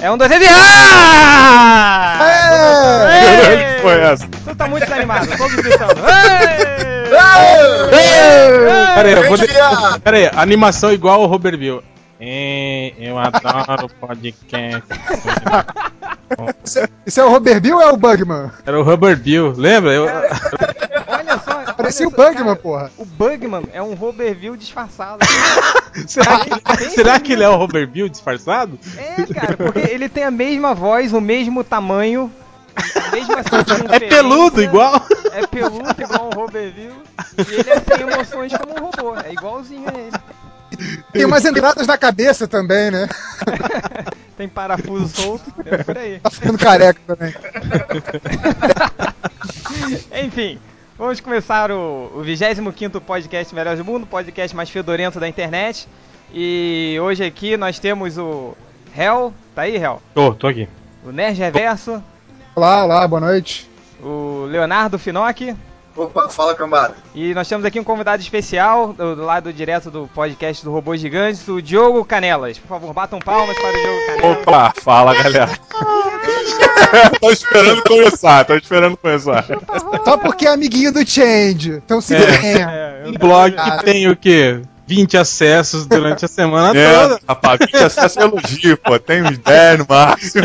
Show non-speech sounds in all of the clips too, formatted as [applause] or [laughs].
É um, dois, três e... Ah! É! Ei! Caralho, que foi essa? Tu tá muito desanimado, todos gritando. Ei! Ei! Pera aí, eu vou Grande de... viado. Pera aí, animação igual o Robert Bill. Ei, eu adoro podcast. Isso é o Robert Bill ou é o Bugman? Era o Robert Bill, lembra? Eu- Olha só. olha Parecia só, o Bugman, cara, porra. O Bugman é um Roberville disfarçado. [laughs] será, Cara, ele- [laughs] será que ele é o Robert Bill disfarçado? É, cara, porque ele tem a mesma voz, o mesmo tamanho, a mesma [laughs] É peludo circunferência, igual? É peludo igual um Roberville. E ele é sem emoções como um robô. É igualzinho a ele. Tem umas entradas na cabeça também, né? Tem parafuso solto, é por aí. Tá ficando careca também. Enfim, vamos começar o, o 25 podcast Melhores do Mundo, podcast mais fedorento da internet. E hoje aqui nós temos o Hel, tá aí, Hel? Tô, tô aqui. O Nerd Reverso, Olá, olá, boa noite. o Leonardo Finocchi. Opa, fala cambada. E nós temos aqui um convidado especial, do, do lado direto do podcast do Robôs Gigantes, o Diogo Canelas. Por favor, batam palmas para o Diogo Canelas. Opa, fala galera. [laughs] tô esperando começar, tô esperando começar. Só porque é amiguinho do Change. Então se ganha. É, eu- Um blog que tem o quê? 20 acessos durante a semana toda. É, rapaz, 20 acessos é elogio, pô. Tem uns 10 no [laughs] máximo.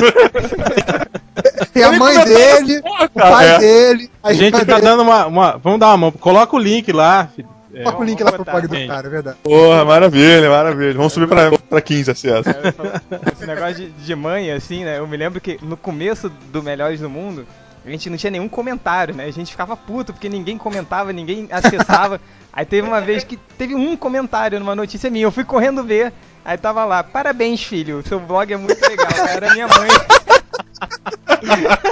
Tem a mãe dele, o pai É. dele. A gente tá dando uma, uma- Vamos dar uma mão. Coloca o link lá, filho. É, Coloca o link lá pro blog do gente. cara, é verdade. Porra, maravilha, maravilha. Vamos subir pra, pra assim, 15 acessos. Eu ia falar, Esse negócio de, de mãe, assim, né? Eu me lembro que no começo do Melhores do Mundo, a gente não tinha nenhum comentário, né? A gente ficava puto porque ninguém comentava, ninguém [laughs] acessava. Aí teve uma vez que teve um comentário numa notícia minha, eu fui correndo ver. Aí tava lá, parabéns, filho, seu blog é muito legal. [laughs] Aí Era minha mãe.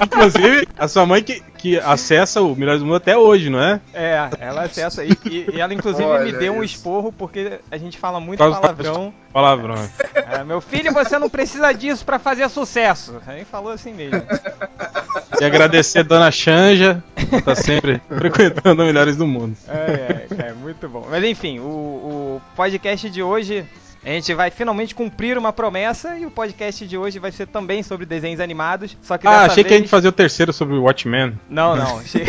Inclusive, a sua mãe que, que acessa o Melhores do Mundo até hoje, não é? É, ela acessa. E, e- e ela, inclusive, me Olha deu um isso. esporro porque a gente fala muito Quase- palavrão. Palavrão. Ah, meu filho, você não precisa disso pra fazer sucesso. Aí falou assim mesmo. E agradecer a dona Xanja, que [laughs] tá sempre frequentando o Melhores do Mundo. É, é, é, muito bom. Mas enfim, o, o podcast de hoje a gente vai finalmente cumprir uma promessa e o podcast de hoje vai ser também sobre desenhos animados. Só que Ah, dessa achei vez... que a gente fazia o terceiro sobre o Watchmen. Não, não. achei- E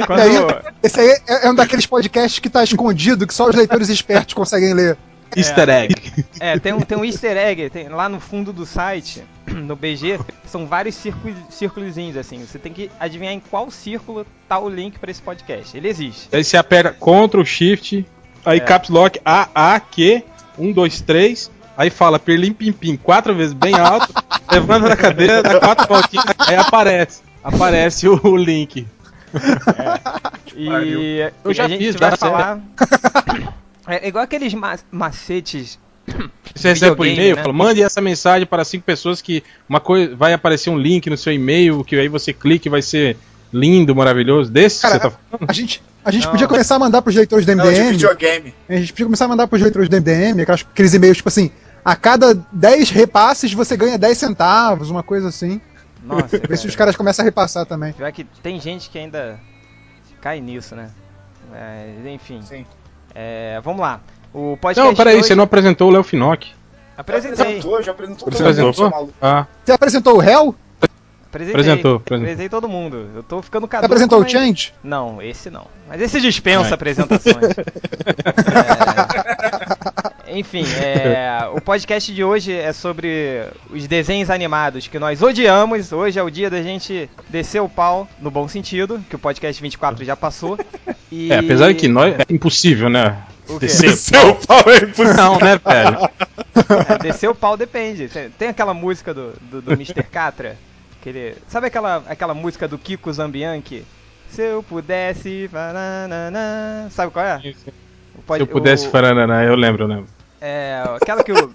aí, Quando... esse aí é, é um daqueles podcasts que tá escondido, que só os leitores espertos conseguem ler. [laughs] Easter egg. É, tem um, tem um easter egg tem- lá no fundo do site, [clears throat] no BG, são vários círculos, círculozinhos, assim. Você tem que adivinhar em qual círculo tá o link pra esse podcast. Ele existe. Aí você aperta Ctrl Shift, aí É. Caps Lock A, A, Q, 1, 2, 3. Aí fala perlim pim pim quatro vezes bem [laughs] alto, levanta na cadeira, dá quatro voltinhas, aí aparece. Aparece o, o link. E Eu já a gente fiz, vai dá certo. falar. [coughs] É igual aqueles ma- macetes. Você recebe por Videogame, e-mail, né? fala, mande essa mensagem para cinco pessoas que uma coisa vai aparecer um link no seu e-mail, que aí você clica e vai ser lindo, maravilhoso. Desse que Cara, você tá falando? A gente, a gente Não. podia começar a mandar pros leitores do Não, de MDM. videogame. A gente podia começar a mandar pros leitores do MDM, aquelas- aqueles e-mails tipo assim, a cada 10 repasses você ganha 10 centavos, uma coisa assim. Nossa, [laughs] Ver se os cara. caras começam a repassar também. Pior que tem gente que ainda cai nisso, né? Mas, enfim. Sim. É, vamos lá. O podcast. Não, peraí, hoje- você não apresentou o Léo Finock. Apresentei. Apresentou, já apresentou. todo Apresentou? mundo, seu maluco. Ah, Você apresentou o réu? Apresentei. apresentou. apresentou. Apresentei todo mundo. Eu tô ficando Você caduco. apresentou o mas- Change? Não, esse não. Mas esse dispensa Ai. [laughs] apresentações. É, Enfim, é, o podcast de hoje é sobre os desenhos animados que nós odiamos. Hoje é o dia da gente descer o pau, no bom sentido, que o podcast 24 já passou. E... É, apesar [laughs] que nós. É impossível, né? O quê? Descer. [laughs] Seu pau é impossível. Não, [laughs] né, velho? É, descer o pau depende. Cê- Tem aquela música do, do, do [laughs] Mr. Catra? Que ele- Sabe aquela, aquela música do Kiko Zambianchi? Se eu pudesse. bananana. Sabe qual é? O pod- Se eu pudesse, o- faraná, né, eu lembro, eu lembro. É, aquela que o,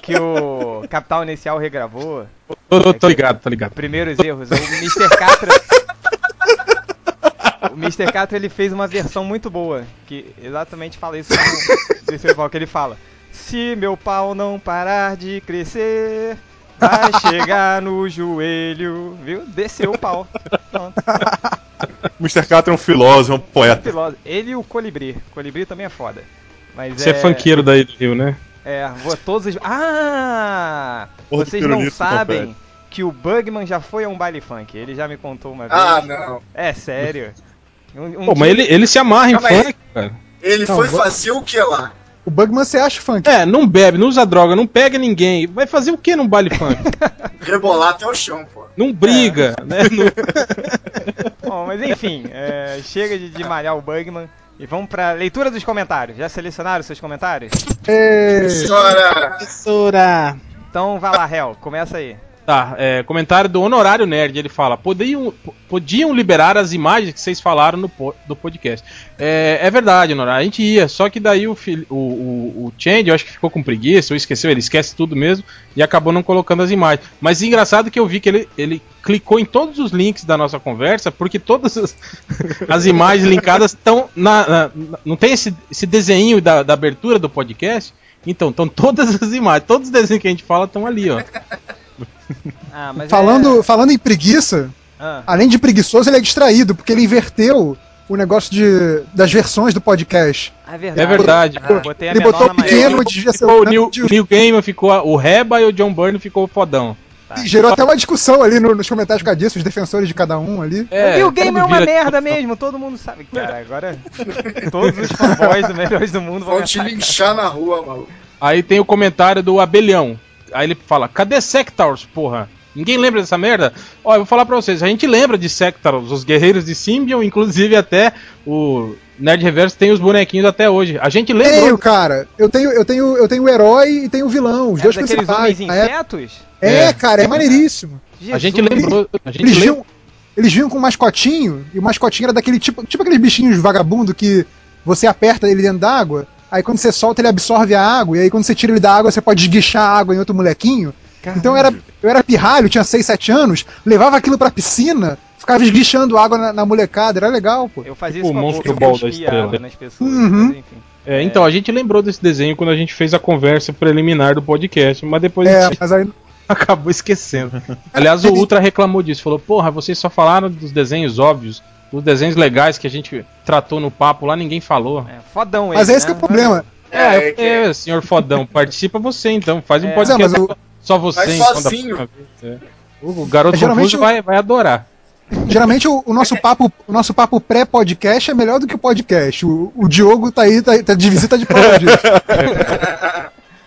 que [laughs] o Capital Inicial regravou, Tô, tô- tô ligado, tô ligado. primeiros erros, o Mr. Catra. O Mr. Catra ele fez uma versão muito boa, que exatamente fala isso do terceiro pau que ele fala. Se meu pau não parar de crescer, vai chegar no joelho, viu? Desceu o pau. Pronto, Mr. Catra é um filósofo, é um poeta. filósofo. Ele e o Colibri. Colibri também é foda. Mas Você é funkeiro daí do Rio, né? É, vou todos os. Ah! Porra do vocês não pirulito, sabem confete. que o Bugman já foi a um baile funk. Ele já me contou uma vez. Ah, não. É sério. Um, um Pô, mas ele, ele se amarra em Não, mas- funk, cara. Ele Não, foi vou- fazer o que lá? O Bugman você acha funk. É, não bebe, não usa droga, não pega ninguém. Vai fazer o que num baile [laughs] funk? Rebolar até o chão, pô. É. Não briga, É. né? Não- Bom, mas enfim, é, chega de, de malhar o Bugman e vamos pra leitura dos comentários. Já selecionaram seus comentários? É, Senhora, Então vai lá, Hel, começa aí. Tá, é, comentário do Honorário Nerd, ele fala, podiam, podiam liberar as imagens que vocês falaram no po- do podcast. É, é verdade, Honorário, a gente ia, só que daí o, fil- o, o, o Change, eu acho que ficou com preguiça, ou esqueceu, ele esquece tudo mesmo, e acabou não colocando as imagens. Mas engraçado que eu vi que ele, ele clicou em todos os links da nossa conversa, porque todas as, [laughs] as imagens linkadas estão na, na- na- Não tem esse, esse desenho da, da abertura do podcast? Então, estão todas as imagens, todos os desenhos que a gente fala estão ali, ó. Ah, mas é- falando, falando em preguiça, Ah, além de preguiçoso, ele é distraído, porque ele inverteu o negócio de, das versões do podcast. é verdade. É verdade. Ah, botei a ele botou menor o na maior. pequeno, devia ser Ficou o grande, New, New Gamer ficou o Reba e o John Byrne ficou fodão. e Tá. gerou até uma discussão ali no- nos comentários com a disso, os defensores de cada um ali. É, e o game é uma vira- merda mesmo, todo mundo sabe. Cara, [laughs] agora todos os fanboys do melhores do mundo vão vão te linchar na rua, maluco. Aí tem o comentário do Abelhão. Aí ele fala: "Cadê Sectors, porra?" Ninguém lembra dessa merda? Ó, eu vou falar pra vocês, a gente lembra de Sectors, os guerreiros de Symbion, inclusive até o Nerd Reverso tem os bonequinhos até hoje. A gente Tenho, lembra cara. Eu tenho, eu tenho, eu tenho o herói e tenho o vilão, os É dois daqueles principais. né? homens na época. insetos? É, É. cara, é maneiríssimo. A gente Jesus. lembrou, a gente Eles lembra. vinham, eles vinham com um mascotinho, e o mascotinho era daquele tipo, tipo aqueles bichinhos vagabundo que você aperta ele dentro d'água, aí quando você solta ele absorve a água, e aí quando você tira ele da água você pode esguichar a água em outro molequinho. Então eu era, eu era pirralho, tinha 6, 7 anos, levava aquilo pra piscina, ficava esguichando água na, na molecada, era legal, pô. Eu fazia Tipo isso com o a monstro boca, eu ball da cuspia estrela. água nas pessoas, Uhum. mas enfim. É, então, a gente lembrou desse desenho quando a gente fez a conversa preliminar do podcast, mas depois a É, gente mas aí [laughs] acabou esquecendo. Aliás, o Ultra reclamou disso, falou: "Porra, vocês só falaram dos desenhos óbvios, dos desenhos legais que a gente tratou no papo lá, ninguém falou". É, fodão ele, Mas esse né? que é o problema. É, que- é, senhor fodão, participa você então, faz um É. Mas é, podcast mas o- só você Vai então, da sozinho. próxima vez, é. O garoto É, geralmente confuso o- vai, vai adorar. Geralmente o, o nosso papo, o nosso papo pré-podcast é melhor do que o podcast. O, o Diogo tá aí, tá, tá de visita de prova disso.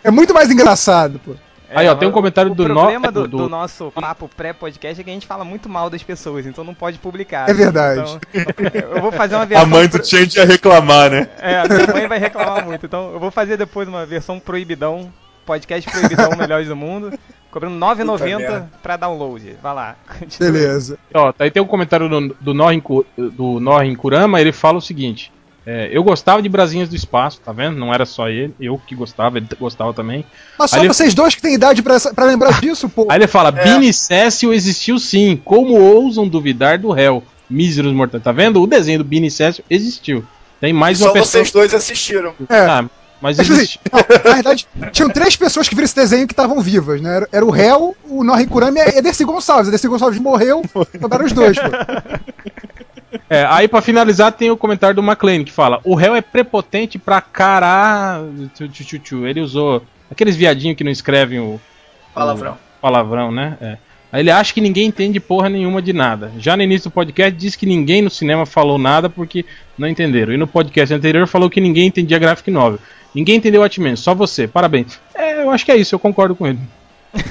É muito mais engraçado, pô. É, Aí, ó, mas tem um comentário o do O problema nó- do, do- do nosso papo pré-podcast é que a gente fala muito mal das pessoas, então não pode publicar. É verdade. Então, eu vou fazer uma A versão... mãe do pro- Change ia reclamar, né? É, a minha mãe vai reclamar muito. Então eu vou fazer depois uma versão proibidão, podcast proibidão melhores do mundo, cobrando Puta 9,90 merda. pra download. Vai lá. [laughs] Continua. Beleza. Ó, tá aí tem um comentário do, do, Norrin, Ku- do Norrin Kurama, ele fala o seguinte. é, eu gostava de Brasinhas do Espaço, tá vendo? Não era só ele, eu que gostava, ele t- gostava também. Mas só Ali- vocês dois que têm idade pra, essa- pra lembrar disso, pô. Aí ele fala: É. Bini Cécio existiu sim, como ousam duvidar do réu? Míseros mortais. Tá vendo? O desenho do Bini Cécio existiu. Tem mais Só uma pessoa. vocês dois assistiram. Ah, mas Mas, tipo existiu. [laughs] assim, não, na verdade, tinham três pessoas que viram esse desenho que estavam vivas, né? Era, era o réu, o Norri Kurama e a Edercy Gonçalves. A Edercy Gonçalves morreu, sobraram os dois, pô. É, aí pra finalizar tem o comentário do McLean que fala: o réu é prepotente pra cará. tchu, tchu, tchu, tchu." Ele usou aqueles viadinhos que não escrevem o Hum. Palavrão. palavrão, né? É. Aí ele acha que ninguém entende porra nenhuma de nada. Já no início do podcast diz que ninguém no cinema falou nada porque não entenderam. E no podcast anterior falou que ninguém entendia graphic novel. Ninguém entendeu Watchmen, só você. Parabéns. É, eu acho que é isso, eu concordo com ele.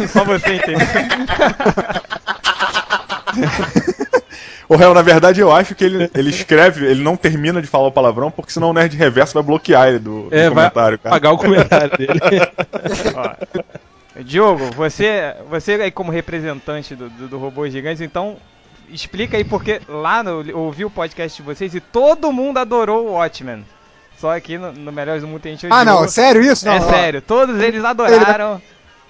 Um Só você então. entendeu. O réu, na verdade, eu acho que ele, ele escreve, ele não termina de falar o palavrão, porque senão o Nerd Reverso vai bloquear ele do, do É, vai comentário, cara. apagar o [laughs] comentário dele. Ó. Diogo, você, você aí como representante do, do, do Robô Gigantes, então explica aí porque lá no, eu ouvi o podcast de vocês e todo mundo adorou o Watchmen. Só aqui no, no Melhores do Mundo tem gente Ah, odiou. não, sério isso? Não, É ó. sério, todos eles adoraram.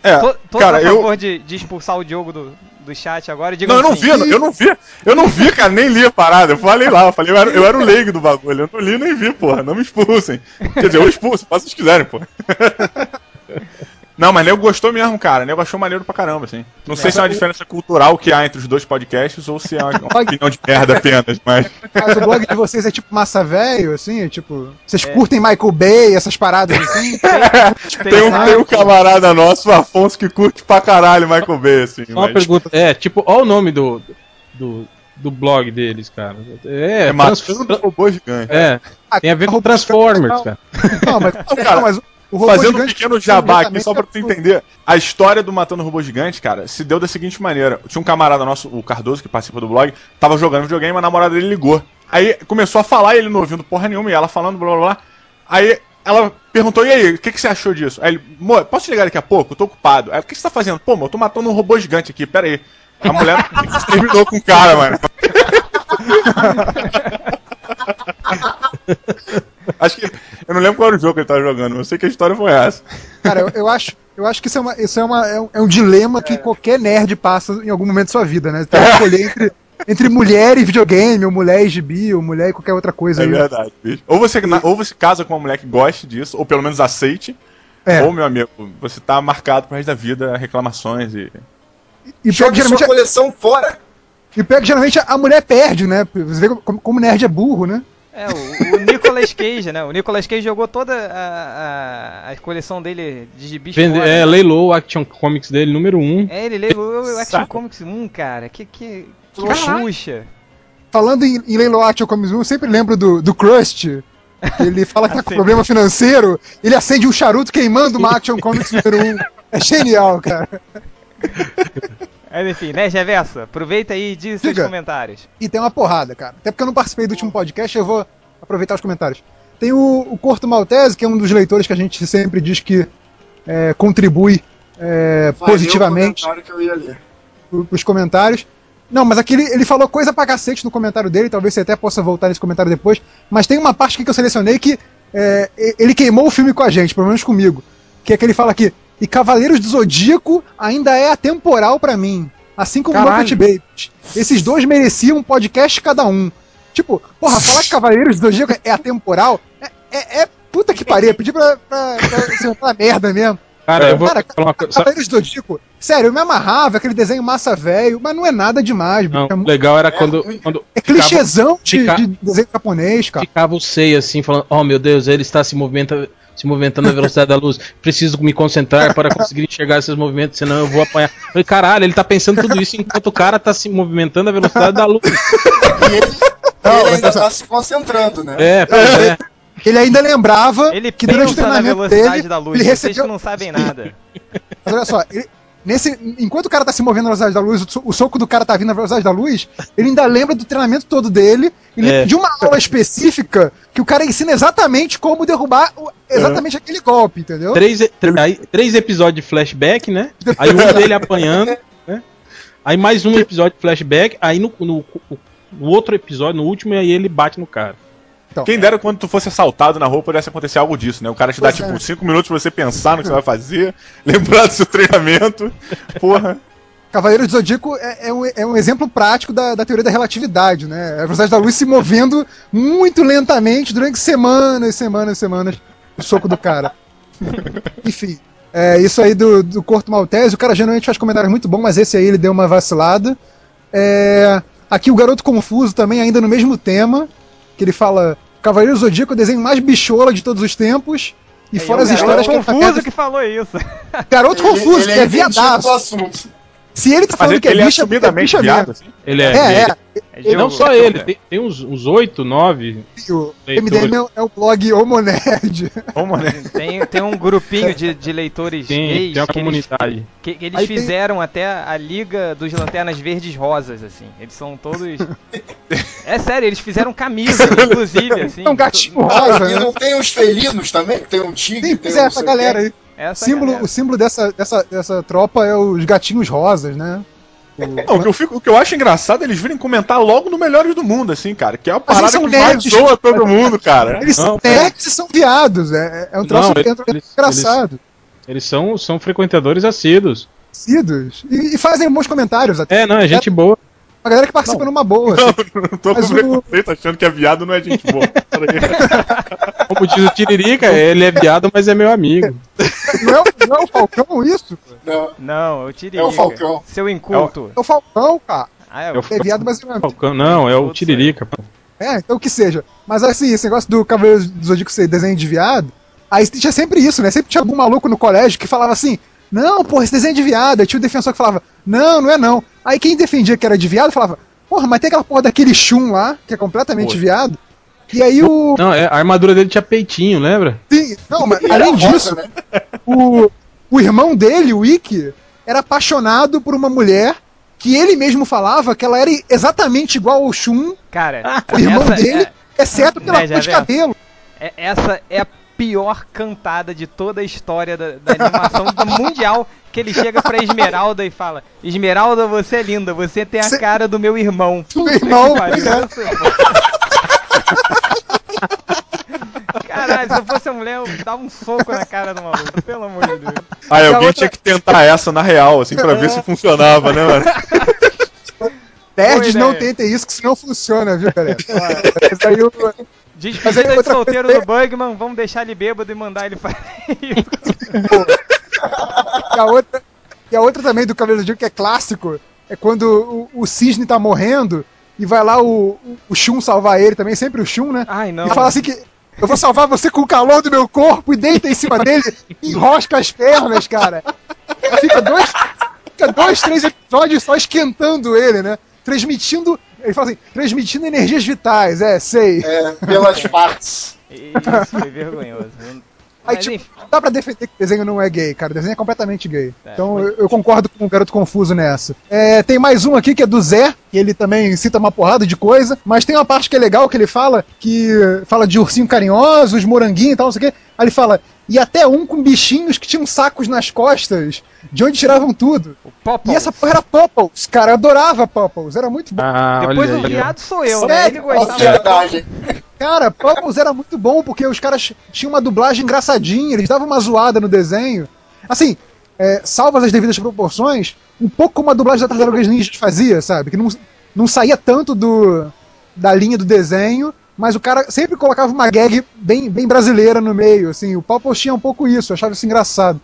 É, To- todos cara, a eu, favor de, de expulsar o Diogo do, do chat agora. assim, Digam Não, eu não assim? sim. vi, eu não vi, eu não vi, cara, nem li a parada. Eu falei lá, eu falei, eu era, eu era o leigo do bagulho, eu não li nem vi, porra, não me expulsem. Quer dizer, eu expulso, faço o que quiserem, porra. Não, mas nego gostou mesmo, cara. Nego achou maneiro pra caramba, assim. Não sei se é uma diferença cultural que há entre os dois podcasts ou se [laughs] é uma uma opinião de merda apenas, mas. Mas o blog de vocês é tipo massa velho, assim, é tipo. Vocês curtem Michael Bay, essas paradas assim? Tem um, tem um camarada nosso, o Afonso, que curte pra caralho Michael Bay, assim. Só uma mas- pergunta. É, tipo, olha o nome do, do, do blog deles, cara. É, É, trans- matando robô gigante. é, tem a ver com Transformers, cara. Não, mas, [laughs] cara, não, mas o robô Fazendo um gigante- tá pequeno jabá aqui, completamente só pra tu absurdo. entender. A história do Matando Robô Gigante, cara, se deu da seguinte maneira. Tinha um camarada nosso, o Cardoso, que participa do blog, tava jogando videogame, a namorada dele ligou. Aí começou a falar, ele não ouvindo porra nenhuma, e ela falando, blá blá blá. Aí ela perguntou, e aí, o que, que você achou disso? Aí ele, amor, posso te ligar daqui a pouco? Eu tô ocupado. Aí, o que que você tá fazendo? Pô, mano, eu tô matando um robô gigante aqui, pera aí. A mulher [laughs] terminou com o cara, mano. Acho que. Eu não lembro qual era o jogo que ele tava jogando, eu sei que a história foi essa. Cara, eu, eu acho, eu acho que isso é, uma, isso é, uma, é, um, é um dilema que qualquer nerd passa em algum momento da sua vida, É. né? Tem que escolher entre, entre mulher e videogame, ou mulher e gibi, ou mulher e qualquer outra coisa. É aí. verdade, bicho. Ou você, na- ou você casa com uma mulher que goste disso, ou pelo menos aceite. É. Ou, meu amigo, você tá marcado pro resto da vida, reclamações e. Então, E pior Joga que geralmente, é sua coleção fora. e pior que geralmente a mulher perde, né? Você vê como, como nerd é burro, né? É, o, o Nicolas Cage, né? O Nicolas Cage jogou toda a, a, a coleção dele de gibis Vende, fora, é, né? leilou o Action Comics dele, número 1. Um. É, ele [laughs] levou o Action Saco. Comics 1, cara. Que, que, que Caralho. Xuxa. Falando em, em leiloate ou comics, eu sempre lembro do, do Crust. que Ele fala que tá com problema financeiro, ele acende um charuto queimando uma Action Comics número 1. É genial, cara. Mas enfim, né, Reversa? Aproveita aí e diz seus Diga. comentários. E tem uma porrada, cara. Até porque eu não participei do último podcast, eu vou aproveitar os comentários. Tem o, o Corto Maltese, que é um dos leitores que a gente sempre diz que é, contribui é, Valeu positivamente o comentário que eu [laughs] ia ler. pro- pros comentários. Não, mas aqui ele, ele falou coisa pra cacete no comentário dele, talvez você até possa voltar nesse comentário depois. Mas tem uma parte aqui que eu selecionei que é, e- ele queimou o filme com a gente, pelo menos comigo. Que é que ele fala aqui, e Cavaleiros do Zodíaco ainda é atemporal pra mim. Assim como Caralho. Muppet Babies. Esses dois mereciam um podcast cada um. Tipo, porra, falar que Cavaleiros do Zodíaco é atemporal é, é- é puta que pariu. Pedir pra, pra, pra, pra, pra merda mesmo. Cara, eu vou Cara, falar uma coisa. sabe- Cavaleiros do Zodíaco, sério, eu me amarrava, aquele desenho massa velho, mas não é nada demais, bicho. Não, é, o mu- legal era É quando, ruim. quando é clichêzão de, fica- de desenho japonês, cara. ficava o Sei assim, falando: Oh meu Deus, ele está se movimentando. Se movimentando na velocidade da luz, preciso me concentrar para conseguir enxergar esses movimentos, senão eu vou apanhar. Eu Falei, caralho, ele tá pensando tudo isso enquanto o cara tá se movimentando na velocidade da luz. E ele, ele mas ainda essa- tá se concentrando, né? É, pois é. Ele ainda lembrava Ele que durante o pensa na treinamento velocidade dele, da luz, ele vocês recebeu... que não sabem nada. Mas olha só, ele- nesse, enquanto o cara tá se movendo na velocidade da luz, o so- o soco do cara tá vindo na velocidade da luz, ele ainda lembra do treinamento todo dele, ele É. lembra de uma aula específica que o cara ensina exatamente como derrubar o- exatamente aquele golpe, entendeu? Três, e- tre- aí, três episódios de flashback, né? Aí um dele apanhando, né? Aí mais um episódio de flashback, aí no, no, no outro episódio, no último, aí ele bate no cara. Quem dera quando tu fosse assaltado na rua pudesse acontecer algo disso, né? O cara te dá, é. Pois tipo, é. cinco minutos pra você pensar no que você vai fazer, [laughs] lembrar do seu treinamento. Tá Porra. Cavaleiro do Zodíaco é, é um, é um exemplo prático da, da teoria da relatividade, né? A velocidade da luz se movendo muito lentamente durante semanas, semanas, semanas, o soco do cara. [laughs] Enfim, é, isso aí do, do Corto Maltese, o cara geralmente faz comentários muito bons, mas esse aí ele deu uma vacilada. É, aqui o Garoto Confuso também, ainda no mesmo tema, que ele fala Cavaleiro do Zodíaco é o desenho mais bichola de todos os tempos, [laughs] e fora Aí é as o garoto histórias que ele tá confuso tendo- que falou isso. Garoto Ele- Confuso, ele que é entendido do viadaço. assunto. Se ele tá Mas falando ele, que é ele é bicha, é assumidamente bicha viado, mesmo. assim. Ele é. É, é, ele- É jogo. Não só ele, tem, tem uns, uns 8, 9. o Leitor. MDM é o- é o blog Homonerd. Vamos, né? [laughs] Tem, tem um grupinho de, de leitores Tem, gays tem uma que eles, comunidade. que- que eles Aí tem- fizeram até a Liga dos Lanternas Verdes Rosas, assim. Eles são [laughs] todos. é sério, eles fizeram camisa, inclusive, assim. É um gatinho to- rosa, E né? não tem os felinos também, que tem um tigre, Sim, tem pois um é, não essa sei o quê. galera aí. O Essa símbolo, galera. o símbolo dessa, dessa, dessa tropa é os gatinhos rosas, né? Não, o, que eu fico- o que eu acho engraçado é eles virem comentar logo no Melhores do Mundo, assim, cara. Que é a parada eles que são mais nerds. zoa todo mundo, cara. Eles Não, é. são nerds e são viados. É, é um troço Não, é um troço eles- engraçado. Eles são, são frequentadores assíduos. Sidos. E, e fazem bons comentários até. É, não, é gente boa. Uma galera que participa numa boa. assim. [laughs] Não tô Mas com o- preconceito achando que é viado não é gente [laughs] boa. Como diz o [laughs] Tiririca, ele é viado, mas é meu amigo. Não, é, o- não é o Falcão isso? pô. Não. Não, eu tirei. um É o Falcão. Seu inculto. É o Falcão, cara. Ah, é Eu o... É viado, mas é meu amigo. Falcão, não, é o Tiririca. pô. É, então que seja. Mas assim, esse negócio do Cavaleiro do Zodíaco ser desenho de viado, aí tinha sempre isso, né? Sempre tinha algum maluco no colégio que falava assim: Não, porra, esse desenho é de viado. Aí tinha o defensor que falava: Não, não é não. Aí quem defendia que era de viado falava: Porra, mas tem aquela porra daquele chum lá, que é completamente Pô. viado. E aí o. Não, é, a armadura dele tinha peitinho, lembra? Sim, não, mas E era além rosa, disso, né? o, o irmão dele, o Ikki, era apaixonado por uma mulher que ele mesmo falava que ela era exatamente igual ao Shun, Cara, Ah, o irmão essa, é dele, exceto pela Né, já cor de viu? cabelo. é- é- essa é a pior cantada de toda a história da, da animação da mundial que ele chega pra Esmeralda e fala: Esmeralda, você é linda, você tem a Cê- cara do meu [laughs] irmão. O irmão, que pariu, pois é. olha só. é. [laughs] Caralho, se eu fosse a mulher, eu dava um soco na cara do maluco, pelo amor de Deus. Aí a alguém outra- tinha que tentar essa na real, assim, pra ver se funcionava, né, [laughs] mano? Nerds Boa não ideia. tentem isso, que isso não funciona, viu, galera? Mas aí o- Mas aí Despedida de outra solteiro coisa- é- do Bugman, vamos deixar ele bêbado e mandar ele [laughs] fazer isso. e, a outra, e a outra também do Cavaleiro do Zodíaco, que é clássico, é quando o, o Cisne tá morrendo e vai lá o, o, o Shun salvar ele também, sempre o Shun, né? Ai, Ah, não. E fala assim que eu vou salvar você com o calor do meu corpo e deita em cima dele e enrosca as pernas, cara. Fica dois, fica dois, três episódios só esquentando ele, né? Transmitindo, ele fala assim, transmitindo energias vitais, é, sei. É, [laughs] pelas partes. Isso foi vergonhoso. Aí, Mas, tipo, enfim, Não dá pra defender que o desenho não é gay, cara. O desenho é completamente gay. É, então muito- eu, eu concordo com o garoto confuso nessa. É, tem mais um aqui que é do Zé, que ele também cita uma porrada de coisa, mas tem uma parte que é legal que ele fala, que fala de ursinho carinhoso, os moranguinhos e tal, não sei o quê. Aí ele fala, e até um com bichinhos que tinham sacos nas costas, de onde tiravam tudo. o Popol. E essa porra era Popples, cara. Eu adorava Popples, era muito bom. Ah, Depois olha o aí, ó. viado sou eu, né? Sério? Ele Nossa, É. gostava. verdade. Cara, Popples era muito bom, porque os caras tinham uma dublagem engraçadinha, eles davam uma zoada no desenho. Assim, é, salvas as devidas proporções, um pouco como a dublagem da Tartarugas Ninjas fazia, sabe? Que não, não saía tanto do, da linha do desenho, mas o cara sempre colocava uma gag bem, bem brasileira no meio, assim. O Popples tinha um pouco isso, eu achava isso engraçado.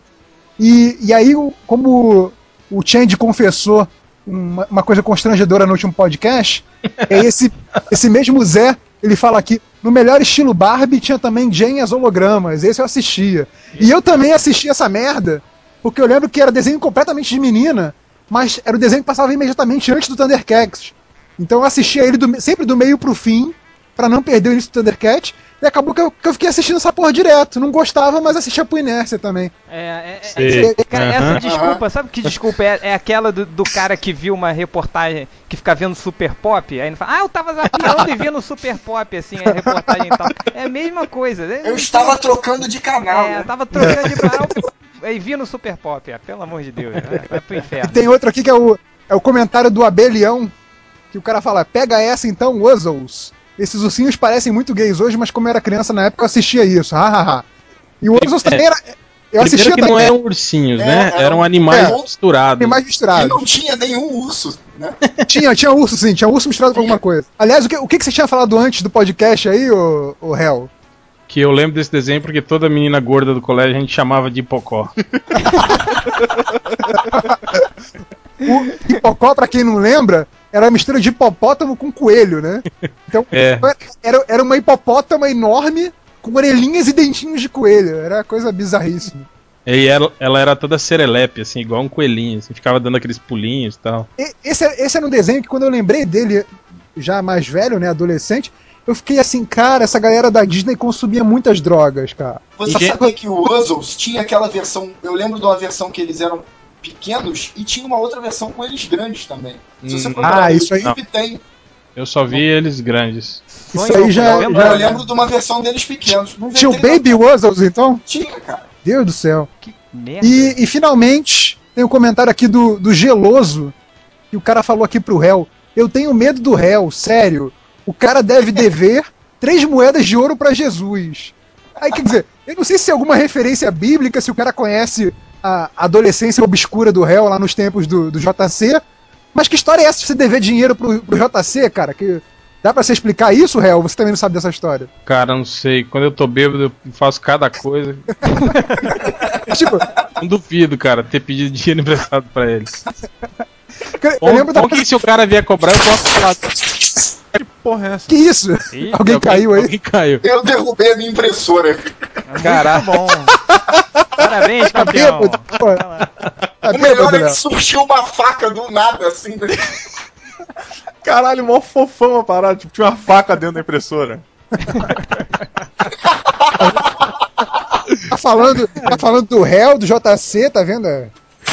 E, e aí, o- como o Change confessou uma, uma coisa constrangedora no último podcast, é esse, esse mesmo Zé, ele fala aqui, no melhor estilo Barbie tinha também Jane e as hologramas, esse eu assistia. E eu também assisti essa merda, porque eu lembro que era desenho completamente de menina, mas era o desenho que passava imediatamente antes do Thundercats. Então eu assistia ele do me- sempre do meio pro fim, pra não perder o início do Thundercat, e acabou que eu, que eu fiquei assistindo essa porra direto. Não gostava, mas assistia por inércia também. É, é, é, Sei. cara, Aham. essa desculpa, sabe que desculpa? É, é aquela do, do cara que viu uma reportagem que fica vendo super pop, aí ele fala, ah, eu tava zapeando e vendo super pop, assim, a reportagem e tal. É a mesma coisa. né? Eu estava trocando de canal. É, né? eu tava trocando de canal e vi no super pop, ah, pelo amor de Deus, vai, vai pro E inferno. tem outro aqui que é o, é o comentário do Abelião, que o cara fala, pega essa então, Wuzzles. Esses ursinhos parecem muito gays hoje, mas como eu era criança na época eu assistia isso, [laughs] hahaha. E o Wuzzles também era... Eu assistia Primeiro que também, não eram ursinhos, né? É, um- Eram animais é. misturados. mais [laughs] E misturado. não tinha nenhum urso, né? Tinha, tinha urso, sim, tinha urso misturado com alguma coisa. Aliás, o que, o que que você tinha falado antes do podcast aí, ô, ô réu? Que eu lembro desse desenho porque toda menina gorda do colégio a gente chamava de [laughs] hipocó. O hipocó, pra quem não lembra, era uma mistura de hipopótamo com coelho, né? Então, É. era, era uma hipopótama enorme com orelhinhas e dentinhos de coelho. Era coisa bizarríssima. E ela, ela era toda serelepe, assim, igual um coelhinho, assim, ficava dando aqueles pulinhos e tal. E- esse, é- esse era um desenho que quando eu lembrei dele, já mais velho, né, adolescente, eu fiquei assim, cara, essa galera da Disney consumia muitas drogas, cara. Você Engen- sabia que o Uzzles tinha aquela versão. Eu lembro de uma versão que eles eram pequenos e tinha uma outra versão com eles grandes também. Se você Hum, procurar ah, no isso aí- YouTube, tem. Eu só vi eles grandes. Isso aí É, já- Sonho, já- Eu lembro de uma versão deles pequenos. Não Tinha o inventei, Baby Wuzzles, então? não. Tinha, cara. Deus do céu. Que [laughs] merda. É E, e, finalmente, tem um comentário aqui do, do Geloso, que o cara falou aqui pro réu. Eu tenho medo do réu, sério. O cara deve dever três moedas de ouro pra Jesus. Aí quer dizer, eu não sei se é alguma referência bíblica, se o cara conhece a adolescência obscura do réu lá nos tempos do, do JC, Mas que história é essa de você dever dinheiro pro, pro JC, cara? Que dá pra você explicar isso, réu? Você também não sabe dessa história? Cara, não sei. Quando eu tô bêbado, eu faço cada coisa. tipo, Não duvido, cara, ter pedido dinheiro emprestado pra ele. eu, eu Bom, lembro da bom coisa. que se o cara vier cobrar, eu posso falar. Que porra é essa? Que isso? Ih, Alguém caiu aí? Alguém caiu. Eu derrubei a minha impressora. É Muito bom. Parabéns, Então, Tá campeão. bêbado? Pô, tá O melhor bêbado, é que Léo? surgiu uma faca do nada, assim. né? Caralho, mó fofão a parada. Tipo, tinha uma faca dentro da impressora. Tá falando, tá falando do réu, do JC, tá vendo?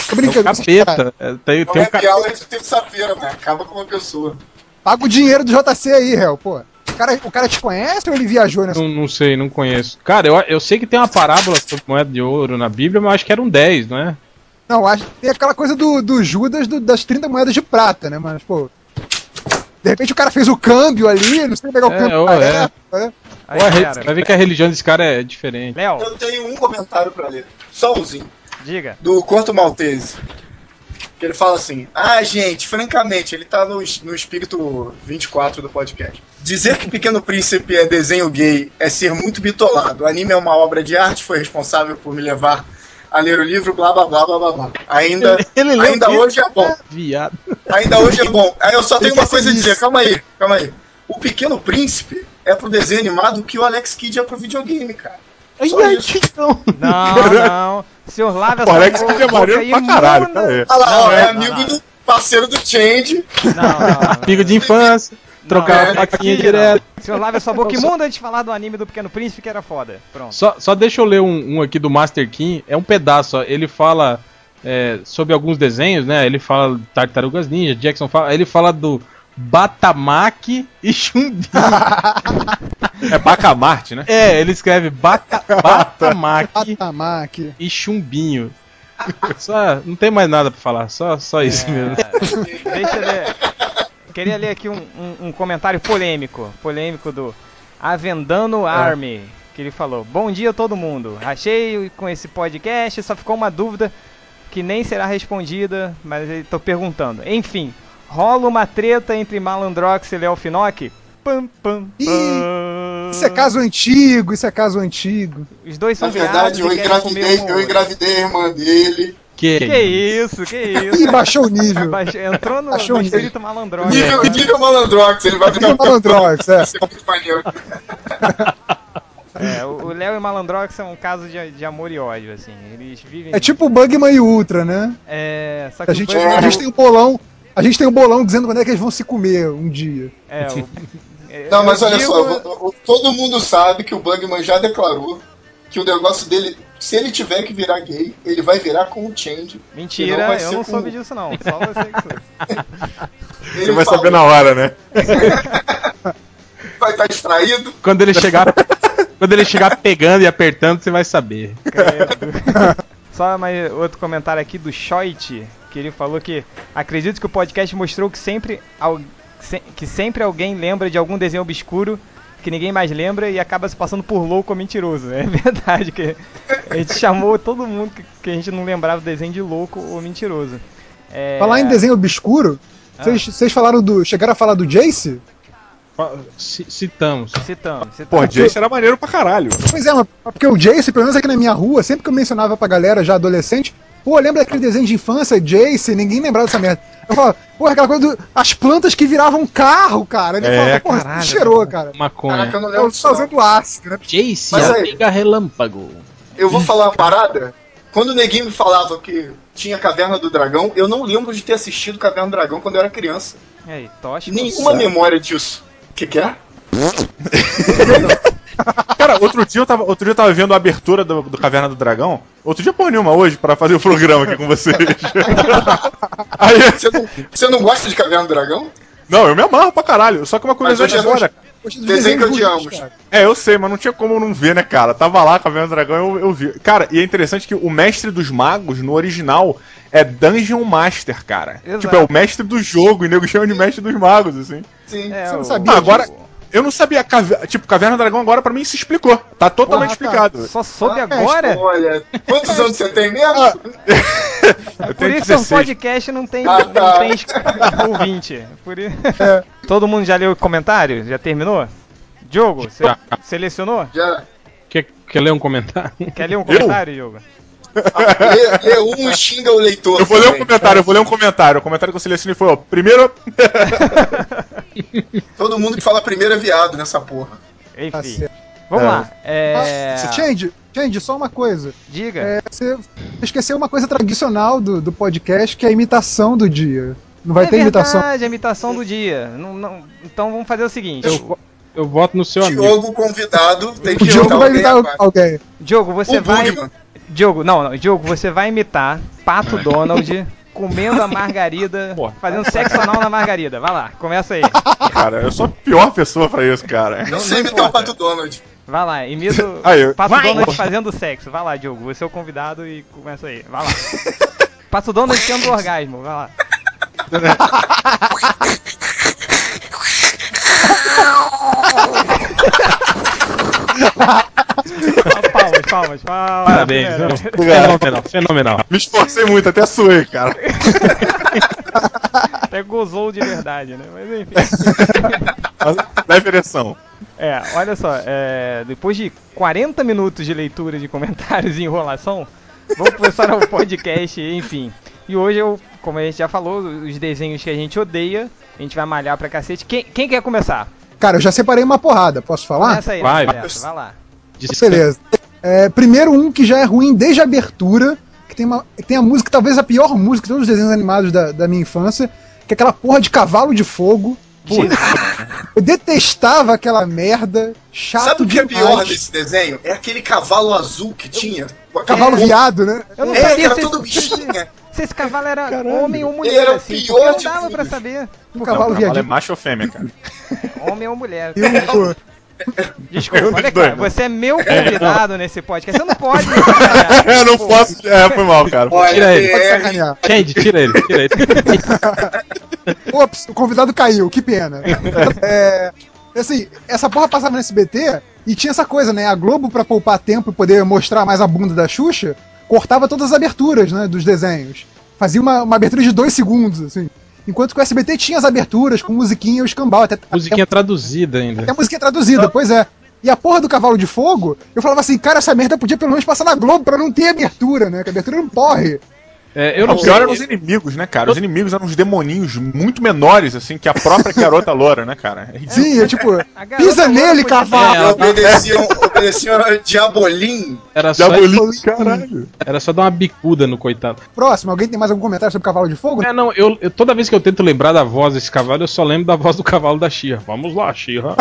Tô brincando. vocês, cara, É um Capeta. É, Tem, Não tem é um capeta. real, é de terça-feira, né? Acaba com uma pessoa. Paga o dinheiro do JC aí, réu, pô. O cara, o cara te conhece ou ele viajou nessa? Não, não sei, não conheço. Cara, eu, eu sei que tem uma parábola sobre moeda de ouro na Bíblia, mas acho que era um 10, não é? Não, acho tem aquela coisa do, do Judas do- das 30 moedas de prata, né? Mas, pô. De repente o cara fez o câmbio ali, não sei pegar o É, câmbio. ó, correto, né? Aí, Ou a re- vai cara. ver que a religião desse cara é diferente. Léo, Eu tenho um comentário pra ler. Só um umzinho. diga. Do Conto Maltese. Que ele fala assim: Ah, gente, francamente, ele tá no, es- no espírito 24 do podcast. Dizer que Pequeno Príncipe é desenho gay é ser muito bitolado. O anime é uma obra de arte, foi responsável por me levar a ler o livro, blá blá blá blá blá. blá. Ainda, Ele leu ainda o livro? hoje é bom. Viado. Ainda hoje é bom. Aí eu só tenho Ele uma quer coisa a ser dizer, isso. calma aí, calma aí. O Pequeno Príncipe é pro desenho animado que o Alex Kidd é pro videogame, cara. Só isso. [laughs] Não, não. Senhor, lave a O sua Alex boca Kidd é maneiro pra imunda. caralho, pera aí. Olha lá, Não, ó, é, é- amigo não, não. do parceiro do Change. Não, não, não. [laughs] Amigo de infância, trocava Não, é a faquinha Kidd, direto. não. Senhor, lave a sua boca imunda antes de falar do anime do Pequeno Príncipe, que era foda. Pronto. Só, só deixa eu ler um, um aqui do Master King, é um pedaço, ó. ele fala é, sobre alguns desenhos, né? Ele fala Tartarugas Ninja, Jackson fala, aí ele fala do Batamac e Chumbi. É Bacamarte, né? [laughs] É, ele escreve [laughs] Bata, Ah, Batamac tá, Atamac. e Chumbinho. Só, não tem mais nada pra falar, só, só isso mesmo. É, Deixa eu ler. Queria ler aqui um, um- um comentário polêmico. Polêmico do Avendano É. Army. Que ele falou: Bom dia todo mundo. Achei com esse podcast, só ficou uma dúvida que nem será respondida, mas eu tô perguntando. Enfim, rola uma treta entre Malandrox e Léo Finock? Pam, pam, pam. Ih, Isso é caso antigo, isso é caso antigo. Os dois Na são viados verdade, e eu querem engravidei, comer um ao eu outro. engravidei a irmã dele. Que, Que isso, que isso. Ih, baixou o [laughs] nível. Baix- Entrou no, Achou no um- espírito malandrox. Nível, né? nível Malandrox, ele vai ficar Nível Malandrox, é. Isso é muito maneiro. É, o o Léo e Malandrox são um caso de, de amor e ódio, assim. Eles vivem. É tipo o Bugman e o Ultra, né? É, só que A o gente, Bugman- a gente tem um bolão. A gente tem um bolão dizendo quando é que eles vão se comer um dia. É, [laughs] o- é, Não, mas eu olha digo- só, eu vou- eu- todo mundo sabe que o Bugman já declarou que o negócio dele, se ele tiver que virar gay, ele vai virar com o Change. Não Mentira, vai eu ser não com- soube disso, não. Só você que soube. Você vai saber na hora, né? Vai tá estar distraído. Quando ele chegar, [laughs] quando ele chegar pegando e apertando, você vai saber. Credo. [laughs] Só mais outro comentário aqui do Shoit, que ele falou que acredito que o podcast mostrou que sempre, al- se- que sempre alguém lembra de algum desenho obscuro que ninguém mais lembra e acaba se passando por louco ou mentiroso. [laughs] É verdade, que a gente chamou todo mundo que, que a gente não lembrava o desenho de louco ou mentiroso. É, Falar em desenho obscuro, Ah. vocês vocês falaram do. Chegaram a falar do Jace? Fa- ci- Citamos. Citamos, citamos. Pô, Jace era maneiro pra caralho. Pois é, mas porque o Jace, pelo menos aqui na minha rua, sempre que eu mencionava pra galera já adolescente, pô, lembra daquele desenho de infância, Jace, ninguém lembrava dessa merda. Eu falava, pô, aquela coisa do, as plantas que viravam carro, cara. Ele É, falava, pô, caralho. cheirou, cara. Maconha. Caraca, eu não Eu lembro disso. só não. usando ácido, né? Jace, Mas aí- pega relâmpago. Eu vou falar uma parada. Quando o neguinho me falava que tinha Caverna do Dragão, eu não lembro de ter assistido Caverna do Dragão quando eu era criança. E aí, Tocha? Nenhuma memória disso. O que, que é? Cara, outro dia eu tava, outro dia eu tava vendo a abertura do, do Caverna do Dragão. Outro dia porra nenhuma hoje pra fazer o programa aqui com vocês. [laughs] Aí, Você não, você não gosta de Caverna do Dragão? não, eu me amarro pra caralho. Só que uma curiosidade Mas hoje é agora. Poxa, dos Desenho que desenhos odiamos. bonitos, cara. É, eu sei, mas não tinha como não ver, né, cara? Tava lá Caverna do Dragão eu, eu vi. Cara, e é interessante que o mestre dos magos, no original, é Dungeon Master, cara. Exato. Tipo, é o mestre do jogo, e o nego chama de mestre dos magos, assim. Sim. É, Você não o- sabia Ah, agora- o- Eu não sabia. Cave- Tipo, Caverna do Dragão agora pra mim se explicou. Tá totalmente Ah, tá. explicado. Só soube Ah, agora? Olha, quantos anos você tem mesmo? Ah, É Eu por tenho isso é um que o 16. podcast não tem, Ah, tá. não tem es- ouvinte. Por i- Todo mundo já leu o comentário? Já terminou? Diogo, você Já. selecionou? Já. Quer, quer ler um comentário? [laughs] Quer ler um comentário, Diogo? Lê, lê um e xinga o leitor. Eu vou ler um também. é. comentário, eu vou ler um comentário. O comentário que eu selecionei foi, ó, primeiro. Todo mundo que fala primeiro é viado nessa porra. Tá Enfim. certo. Vamos É. lá. É... Ah, Change, Change, só uma coisa. Diga. É, você esqueceu uma coisa tradicional do, do podcast, que é a imitação do dia. Não vai é ter verdade, imitação. a imitação do dia. Não- não- Então vamos fazer o seguinte. Eu, vo- eu voto no seu amigo. Diogo convidado tem que O Diogo imitar vai alguém imitar agora. alguém. Diogo, você O vai. Bugman. Diogo, não, não. Diogo, você vai imitar Pato Donald comendo a margarida, Pô. fazendo sexo anal na margarida. Vai lá, começa aí. Cara, eu sou a pior pessoa pra isso, cara. Não não sei imitar importa. o Pato Donald. Vai lá, imita o [laughs] Aí, eu- Pato vai! Donald fazendo sexo. Vai lá, Diogo, você é o convidado e começa aí. Vai [laughs] lá. Pato Donald tendo orgasmo, vai lá. palmas, palmas, palmas. Parabéns. galera. Fenomenal, fenomenal. Me esforcei muito, até suei, [laughs] cara. Até gozou de verdade, né? Mas enfim. Leve ereção. É, olha só, é, depois de 40 minutos de leitura de comentários e enrolação, vamos começar o podcast, enfim. E hoje eu, como a gente já falou, os desenhos que a gente odeia, a gente vai malhar pra cacete. Quem, quem quer começar? Cara, eu já separei uma porrada, posso falar? Começa aí, vai, Roberto, vai lá. Beleza. É, primeiro um que já é ruim desde a abertura, que tem, uma, que tem a música, talvez a pior música de todos os desenhos animados da, da minha infância, que é aquela porra de cavalo de fogo. Eu detestava aquela merda, chato Sabe o que é demais. pior desse desenho? É aquele cavalo azul que tinha. Com aquele- Cavalo viado, né? Eu não É, que sabia era se, todo se- se- bichinho. se esse cavalo era homem ou mulher, era o assim, pior porque de não dava tudo. pra saber. Um cavalo Não, o cavalo é viadinho. macho ou fêmea, cara? Homem ou mulher. E um- Desculpa, olha dois, cara, né? você é meu convidado nesse podcast, você não pode me sacanear. [laughs] Eu não posso. É, foi mal, cara. Tira Olha, ele. é, sacanear. Change, tira ele, tira ele. Ops, o convidado caiu, que [laughs] pena. É, assim, essa porra passava no SBT e tinha essa coisa, né? A Globo, pra poupar tempo e poder mostrar mais a bunda da Xuxa, cortava todas as aberturas, né? Dos desenhos. Fazia uma, uma abertura de dois segundos, assim. Enquanto que o SBT tinha as aberturas com musiquinha e o escambau, até, Musiquinha é traduzida até ainda. a música traduzida, pois é. E a porra do Cavalo de Fogo, eu falava assim, cara, essa merda podia pelo menos passar na Globo pra não ter abertura, né? Que a abertura não morre. É, eu O não sei. pior eram os inimigos, né, cara? Os inimigos eram uns demoninhos muito menores, assim, que a própria garota loura, né, cara? É ridículo. Sim, eu, tipo, A garota pisa loura nele, podia- cavalo! É, eu obedeciam, obedeciam a Diabolim. Era só, Diabolinho, caralho. era só dar uma bicuda no coitado. Próximo, alguém tem mais algum comentário sobre Cavalo de Fogo? É, não, eu, eu- toda vez que eu tento lembrar da voz desse cavalo, eu só lembro da voz do cavalo da Xirra. Vamos lá, Xirra.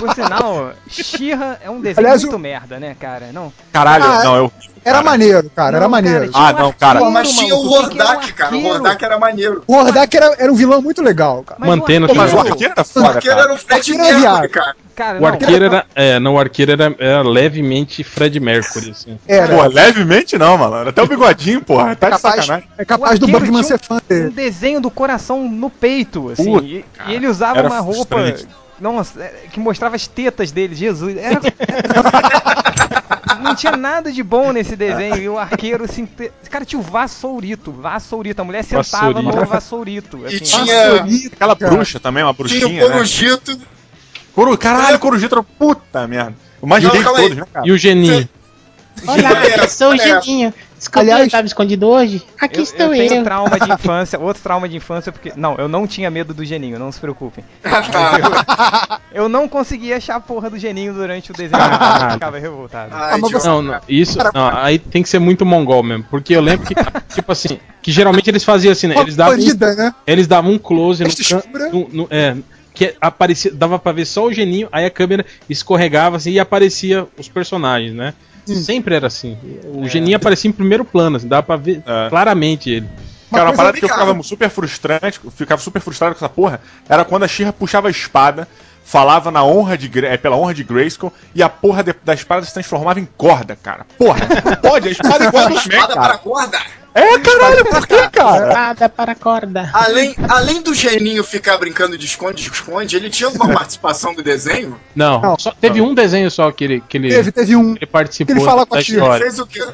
Por sinal, Xirra é um desenho Aliás, muito merda, né, cara? Não. Caralho, Ah, não, eu. Era Cara. maneiro, cara, era maneiro. Ah, um não, cara. Pô, mas tinha o Hordak, Hordak, cara. O Hordak era maneiro. O Hordak era, era um vilão muito legal, cara. Mas Mantendo o Pô, mas o arqueiro- um arqueiro era O foda, arqueiro cara. era o Fred Arqueiro é Mercury, viado. cara. Cara, [laughs] O arqueiro era. É, não, o arqueiro era, era levemente Fred Mercury, assim. Era. Pô, levemente não, malandro. Até o bigodinho, porra. Tá É de capaz, sacanagem. é capaz do arqueiro Bugman tinha ser fã não, um dele. desenho do coração no peito, assim. Puta, e, cara, e ele usava era uma roupa. frustrante. Nossa, é, que mostrava as tetas dele, Jesus. Era- não tinha nada de bom nesse desenho. E o arqueiro, assim. te- Cara, tinha o vassourito. Vassourito. A mulher sentava no vassourito. Vassourito. E assim, tinha, Aquela cara. bruxa também, uma tinha o bruxinha, [laughs] né? Corujito. Coru... Caralho, Corujito era puta merda. O mais Não, gay de calma aí. todos, né, cara? E o Geninho. Olha essa, Olá, eu sou o olha essa. Geninho. Desculpa, Aliás- eu estava escondido hoje. Aqui Eu, eu estou eu. tenho trauma de infância, outro trauma de infância, porque. Não, eu não tinha medo do geninho, não se preocupem. Ah, tá. Eu não conseguia achar a porra do geninho durante o desenho. Eu ficava revoltado. Ai, Ah, mas Diogo. você- Não, não, isso. Não, aí tem que ser muito mongol mesmo. Porque eu lembro que, [laughs] tipo assim, que geralmente eles faziam assim, né? Eles davam, um- Colorida, né? eles davam um close no Esta canto. escura. é, que aparecia, dava pra ver só o geninho, aí a câmera escorregava assim e aparecia os personagens, né? Hum. Sempre era assim. O É. geninho aparecia em primeiro plano, assim, dava pra ver É. claramente ele. Uma Cara, uma coisa parada que eu amigável. ficava super frustrante, eu ficava super frustrado com essa porra, era quando a Xirra puxava a espada, falava na honra de Gra- é, pela honra de Grayskull, e a porra de- da espada se transformava em [laughs] corda, cara. Porra, não pode, a espada é igual a do X-Men, Espada pra cara. corda. É, caralho, por que, cara. Espada para a corda. Além, além do geninho ficar brincando de esconde-esconde, ele tinha alguma participação do desenho? Não, Não. só- teve um desenho só que ele, que ele, Teve, teve um. que ele participou Ele fala com a da tia. história. Fez o quê?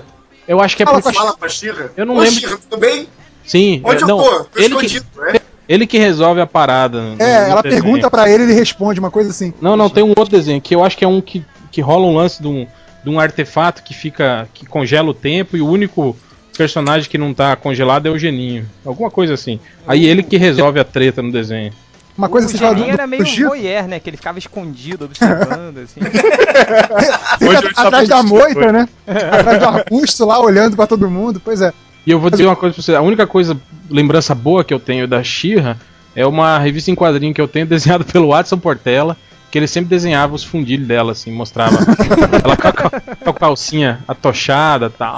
Eu acho que é Fala porque. Fala com a Xirra? Eu não Ô, lembro. Xirra, tudo bem? Sim, Onde é- eu não, tô? Tô ele, que, escondido. É? ele que resolve a parada. no- no É, ela um desenho. pergunta pra ele, ele responde uma coisa assim. Não, não, tem um outro desenho que eu acho que é um que, que rola um lance de um, de um artefato que fica. que congela o tempo e o único personagem que não tá congelado é o Geninho. Alguma coisa assim. Aí ele que resolve a treta no desenho. Uma coisa o assim, fala do- Geninho era do meio Chico, voyeur, né? Que ele ficava escondido, observando, assim. Hoje um fica eu estava atrás da vestido, moita, né? atrás do arbusto lá, olhando pra todo mundo. Pois é. E eu vou dizer uma coisa pra você, a única coisa, lembrança boa que eu tenho da Xirra é uma revista em quadrinho que eu tenho [laughs] desenhada pelo Watson Portela, que ele sempre desenhava os fundilhos dela, assim, mostrava. [laughs] ela com a, cal- com a calcinha atochada e tal.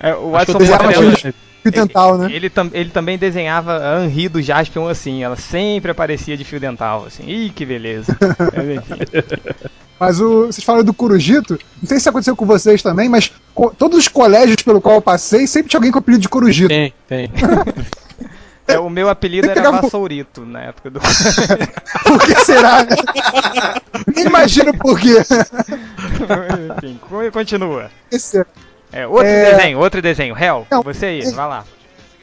É, o Watson que eu desenhava Portela, Xirra. Fio dental, né? ele, tam- ele também desenhava a Henri do Jaspion assim, ela sempre aparecia de fio dental, assim. Ih, que beleza. Mas, enfim. Mas o, vocês falaram do Curujito, não sei se aconteceu com vocês também, mas co- todos os colégios pelo qual eu passei, sempre tinha alguém com o apelido de Curujito. Tem, tem. É, o meu apelido Tem que era pegar um- Vassourito na época do. [laughs] Por que será? né? Nem imagino por quê. enfim, co- continua. Esse- É, outro É. desenho, outro desenho. Hell, Não, você aí, é- vai lá.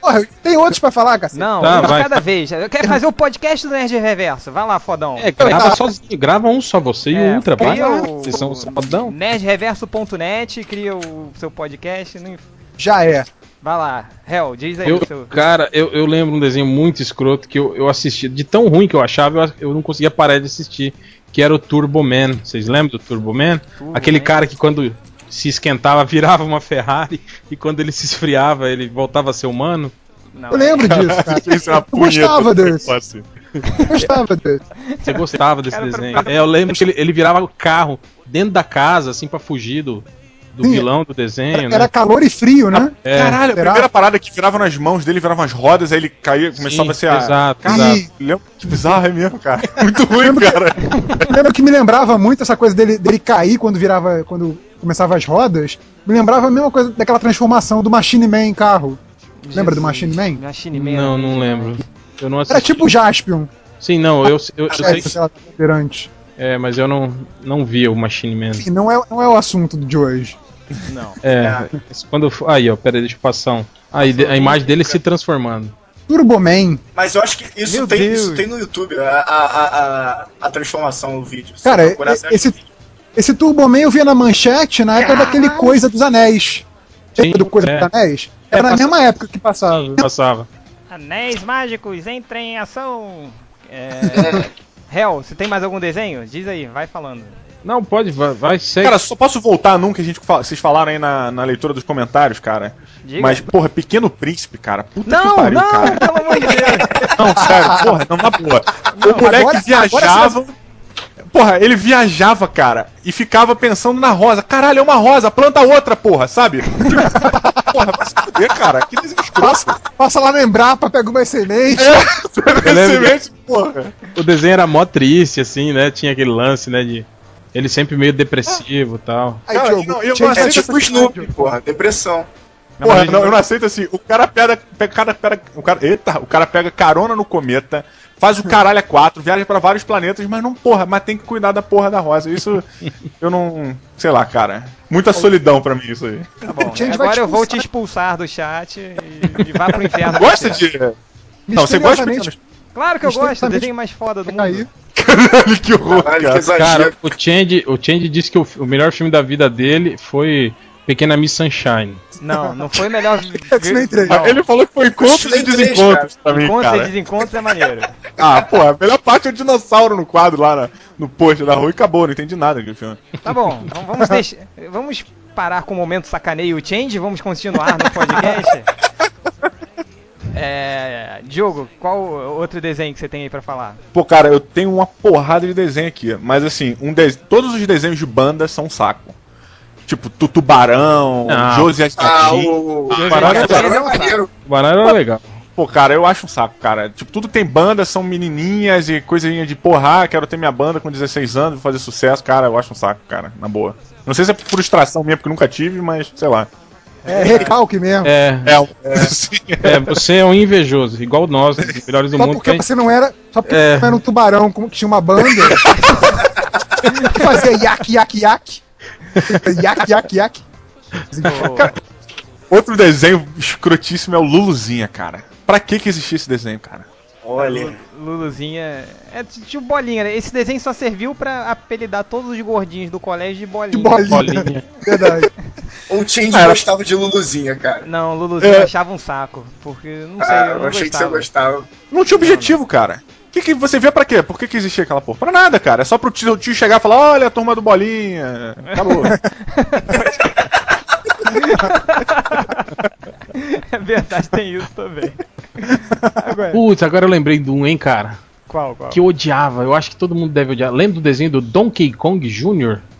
Porra, tem outros pra falar, cacete? Não, Tá, um de vai. cada vez. Eu quero fazer o podcast do Nerd Reverso. Vai lá, fodão. É, grava Tá. sozinho, grava um só, você e É, o Ultra, vai cria lá, o- vocês são sabadão. Nerdreverso.net, cria o seu podcast. não- Já é. Vai lá, Hell, diz aí Eu, o seu. cara, eu, eu lembro um desenho muito escroto que eu, eu assisti, de tão ruim que eu achava, eu, eu não conseguia parar de assistir, que era o Turbo Man. Vocês lembram do Turbo Man? Turbo Aquele Man. cara que quando se esquentava [laughs] virava uma Ferrari e quando ele se esfriava ele voltava a ser humano. Não, Eu lembro disso, cara. Isso é uma Eu gostava punheta. desse. Eu gostava desse. Você gostava desse Cara, desenho? É, eu lembro que ele, ele virava o carro dentro da casa assim pra fugir do, do Sim, vilão do desenho, Era né? calor e frio, né? É, Caralho, a Será? primeira parada que virava nas mãos dele, virava umas rodas, aí ele caía, começava sim, a ser a. Exato, Cara, exato. e- Lembra que bizarro é mesmo, cara. Muito ruim, cara. Lembra que me lembrava muito essa coisa dele, dele cair quando virava. quando começava as rodas. Me lembrava a mesma coisa daquela transformação do Machine Man em carro. Lembra do Machine Man? é, Machine Man. Não, não gente. lembro. Eu não Era assisti. tipo o Jaspion. Sim, não, eu, eu, eu sei É, que sei lá, perante. É, mas eu não, não via o Machine Man. Enfim, não é, não é o assunto de hoje. Não. É, mas quando. eu- Aí, ó, pera aí, deixa eu passar um. Aí, de- a imagem dele se transformando. Turboman. Mas eu acho que isso, Meu tem, Deus. isso tem no YouTube, a, a, a, a transformação no vídeo. Se Cara, procurar, você acha esse, esse Turboman eu via na manchete na época daquele Coisa dos Anéis. Sim, Lembra do Coisa é. dos Anéis? Era É, na passa- mesma época que passava. Passava. Anéis mágicos, entrem em ação. [laughs] É... Hell, você tem mais algum desenho? Diz aí, vai falando. Não, pode, vai, vai segue. Cara, só posso voltar num que a gente fala- vocês falaram aí na, na leitura dos comentários, cara. Diga. Mas, porra, Pequeno Príncipe, cara. Puta que Não, pariu, não, cara. pelo amor de Deus. Não, sério, porra, não, na boa. o moleque agora- viajava. Porra, ele viajava, cara, e ficava pensando na rosa. Caralho, é uma rosa, planta outra, porra, sabe? Tipo, [laughs] porra, vai se fuder, cara. Que desenho escroto. Passa lá no Embrapa, pega uma semente. Eu lembro que Excelente, porra. o desenho era mó triste, assim, né? Tinha aquele lance, né? De ele sempre meio depressivo e tal. Aí, Cara, Diogo, não, eu tinha- não É aceito tipo o Snoopy, porra, depressão. Porra, não, eu não aceito assim. O cara pega. pega o cara pega. O cara, eita, o cara pega carona no cometa, faz o caralho a quatro, viaja pra vários planetas, mas não, porra, mas tem que cuidar da porra da rosa. Isso eu não. Sei lá, cara. Muita solidão pra mim isso aí. Tá bom. [laughs] Gente, vai Agora eu vou te expulsar. expulsar do chat e, e vá pro inferno. Gosta de. Não, você gosta de. Misteriosamente, Claro que eu gosto, o Misteriosamente- desenho mais foda do vai mundo. cair. Caralho, que horror, Caralho, que cara. exagero. Cara, o Change, o Change disse que o, o melhor filme da vida dele foi Pequena Miss Sunshine. Não, não foi [laughs] melhor. X-Men três. Ah, Ele falou que foi encontros e X-Men três, desencontros pra mim, Encontros e cara. desencontros é maneiro. Ah, pô, a melhor parte é o dinossauro no quadro lá na- no post da rua e acabou, não entendi nada daquele filme. Tá bom, v- vamos deixar. Vamos parar com o momento sacaneio e change, vamos continuar no [laughs] podcast. É, Diogo, qual outro desenho que você tem aí pra falar? Pô, cara, eu tenho uma porrada de desenho aqui, mas assim, um de... todos os desenhos de banda são um saco. Tipo, Tu- Tubarão, Ah. Josie e as Ah, Gatinhas. o. Tá Ah, o parada- Tubarão é maneiro. O Baralho era legal. Pô, cara, eu acho um saco, cara. Tipo, tudo tem banda, são menininhas e coisinha de porra, ah, quero ter minha banda com 16 anos, vou fazer sucesso. Cara, eu acho um saco, cara, na boa. Não sei se é por frustração minha, porque eu nunca tive, mas sei lá. É recalque mesmo. É, [laughs] É, um- Sim, é, você é um invejoso, igual nós, os melhores do Só mundo. porque que a gente- você não era. Só porque É. você não era um tubarão como que tinha uma [laughs] banda. que fazia yak, yak, [laughs] yak. Yak, yak, yak. Outro desenho escrotíssimo é o Luluzinha, cara. Pra que que existia esse desenho, cara? Olha. Luluzinha. É t- tipo bolinha, né? Esse desenho só serviu pra apelidar todos os gordinhos do colégio de bolinha. De bolinha. Bolinha. Verdade. Ou o um Change Cara. gostava de Luluzinha, cara. Não, Luluzinha É. eu achava um saco. Porque, não sei, Ah, eu eu não achei que você gostava. gostava. Não tinha objetivo, cara. O que, que você vê pra quê? Por que, que existia aquela porra? Pra nada, cara. É só pro tio, o tio chegar e falar: olha a turma do Bolinha. Acabou. [laughs] É verdade, tem isso também. Agora, Putz, agora eu lembrei de um, hein, cara. qual, qual? Que eu odiava, eu acho que todo mundo deve odiar. Lembra do desenho do Donkey Kong Jr.? É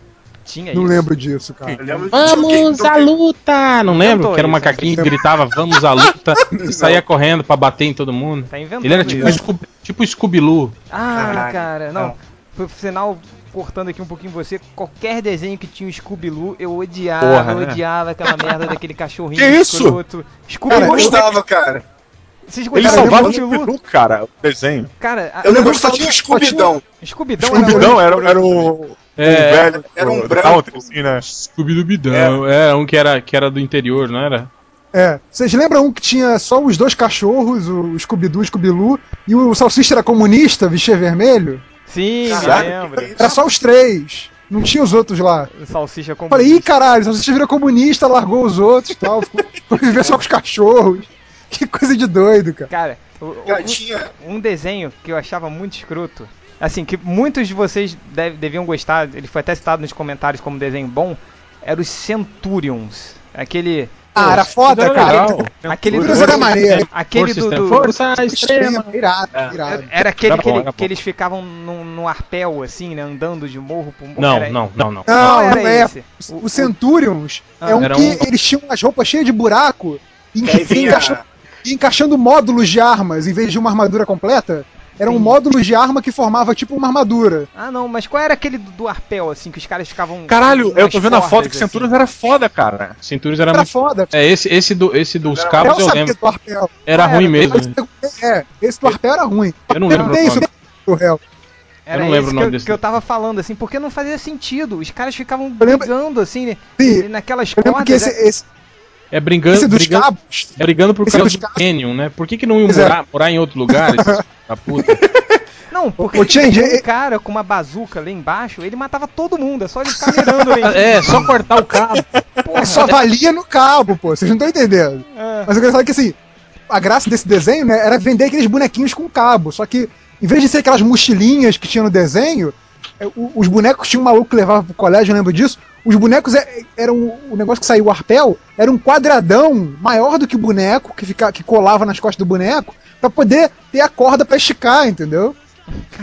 Tinha Não isso. lembro disso, cara. Eu lembro Vamos à luta! Não Inventou lembro? Que era um isso, macaquinho que gritava, vamos à luta, e saía correndo pra bater em todo mundo. Tá inventando Ele era tipo, um isso. Scooby, tipo Scooby-Loo. Ah, Caralho, cara, não. Por sinal, cortando aqui um pouquinho você, qualquer desenho que tinha o Scooby-Loo, eu odiava, Porra, eu né? odiava aquela merda daquele cachorrinho Que isso? escroto. Eu Scooby-Loo, gostava, cara. vocês Ele gostavam do salvava o Scooby-Loo? Scooby-Doo, tipo, cara, o desenho. Cara, a- Eu lembro Eu que só tinha um o gostava de- Scooby-Dão. Scooby-Dão era Scooby-Doo era, era o, o É, velho. era um o- branco. Ah, outro, assim, né? Scooby-Doobidão. É, um que era, que era do interior, não era? É. Vocês lembram um que tinha só os dois cachorros, o Scooby-Doo e o Scooby-Loo, e o Salsicha era comunista, vestia vermelho? Sim, Caraca, me lembro. Era só os três. Não tinha os outros lá. Salsicha com Eu Falei, ih, caralho, Salsicha virou comunista, largou os outros e tal, ficou, [laughs] foi viver só com os cachorros. Que coisa de doido, cara. Cara, o- o- Cara, tinha. um desenho que eu achava muito escroto, assim, que muitos de vocês deve- deviam gostar, ele foi até citado nos comentários como desenho bom, era os Centurions. Aquele. Ah, era foda, Era cara. legal. Aquele Centurions era maneiro. Aquele do- do, Força extrema. Extrema, é irado, irado. Era aquele Era bom, que, ele- era bom. que eles ficavam num, num arpel, assim, né? Andando de morro pro Um morro. Não, Era- não, não, não. Qual Não, era não é. esse? O, o Centurions é um era que um- eles tinham as roupas cheias de buraco e Que aí vinha. encaixando, e encaixando módulos de armas em vez de uma armadura completa. Era um Sim. módulo de arma que formava tipo uma armadura. Ah, não, mas qual era aquele do, do arpel, assim, que os caras ficavam. Caralho, eu tô vendo a foto que centura Centurions era foda, cara. Cinturas era Era muito. foda. É, esse, esse, do, esse dos Era- cabos eu lembro. do arpel. Era Era- ruim mesmo. Mas, é, esse do arpel era ruim. Eu não Mas lembro tem o isso, nome. do réu. Era Eu não assim? lembro esse o nome que eu, desse. que eu tava falando, assim, porque não fazia sentido. Os caras ficavam Eu lembro- brigando, assim, né, Sim, e naquelas eu lembro que cordas. né? esse, esse, É brigando, esse dos brigando, cabos. é brigando por esse causa dos do cabos. Canyon, né? Por que, que não iam Pois é. morar, morar em outro lugar? [laughs] esses da puta? né? Não, porque Ô, Change, tinha um é- cara com uma bazuca lá embaixo, ele matava todo mundo, é só ele ficar [laughs] mirando ali. É, só cortar o cabo. É só valia no cabo, pô. Vocês não estão entendendo. É. Mas o engraçado é que assim, a graça desse desenho, né, era vender aqueles bonequinhos com cabo. Só que, em vez de ser aquelas mochilinhas que tinha no desenho, é, o- os bonecos tinha um maluco que levava pro colégio, eu lembro disso. Os bonecos é- eram. O negócio que saiu o arpel era um quadradão maior do que o boneco, que, fica, que colava nas costas do boneco, pra poder ter a corda pra esticar, entendeu?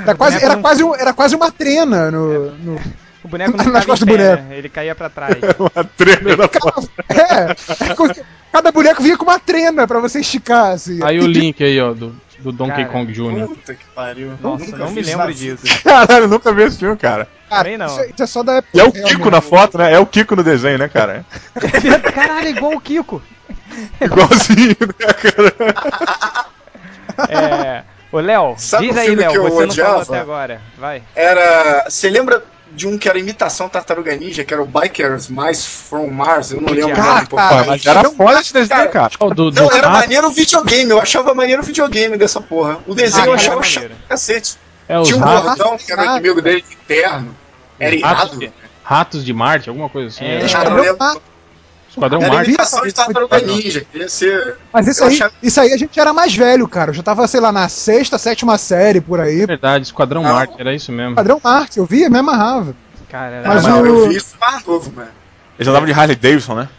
Era quase, boneco era não- É. quase, um- era quase uma trena no- no, [laughs] O boneco não Nas ficava em costas do pé, boneco. né? ele caía pra trás. [laughs] Uma trema da porra. É, é, co- cada boneco vinha com uma trena pra você esticar, assim. [laughs] Aí o link aí, ó, do, do Donkey Cara, Kong Jr. Puta que pariu. Nossa, Nunca não vi me isso lembro na disso. Caralho, eu nunca vi esse filme, cara. também não. Isso, é- isso é só da época. E é o real, Kiko né? na foto, né? É o Kiko no desenho, né, cara? Caralho, é igual o Kiko. Igualzinho, né, cara? É. Ô, Léo, [laughs] Sabe diz um aí, filme Léo, que eu você não falou odiava? até agora. Vai. Era. Você lembra de um que era imitação Tartaruga Ninja, que era o Bikers Mice from Mars? Eu não lembro. o nome, Cara, pô. cara, Mas um era foda esse desenho, cara. Ó, do, do Não, era rato, maneiro o videogame. Eu achava maneiro o videogame dessa porra. O desenho Ah, eu era achava chato maneiro. pra cacete. é os Tinha um ra- ratos. gordão que era Ah. inimigo dele de terno. Era ratos, irado. né? de, ratos de Marte, alguma coisa assim. É. Era Cara, Esquadrão eu- Mar- Esquadrão Era Marte. imitação de Tartaruga Ninja. Queria ser. Mas isso eu aí, achava- isso aí a gente era mais velho, cara. Eu já tava, sei lá, na sexta, sétima série por aí. é É. Verdade, Esquadrão Não. Marte, era isso mesmo. Padrão Marte, eu via, me amarrava. Cara, Mas Ah, o- Eu vi isso mais novo, mano. Eles andavam de Harley Davidson, né?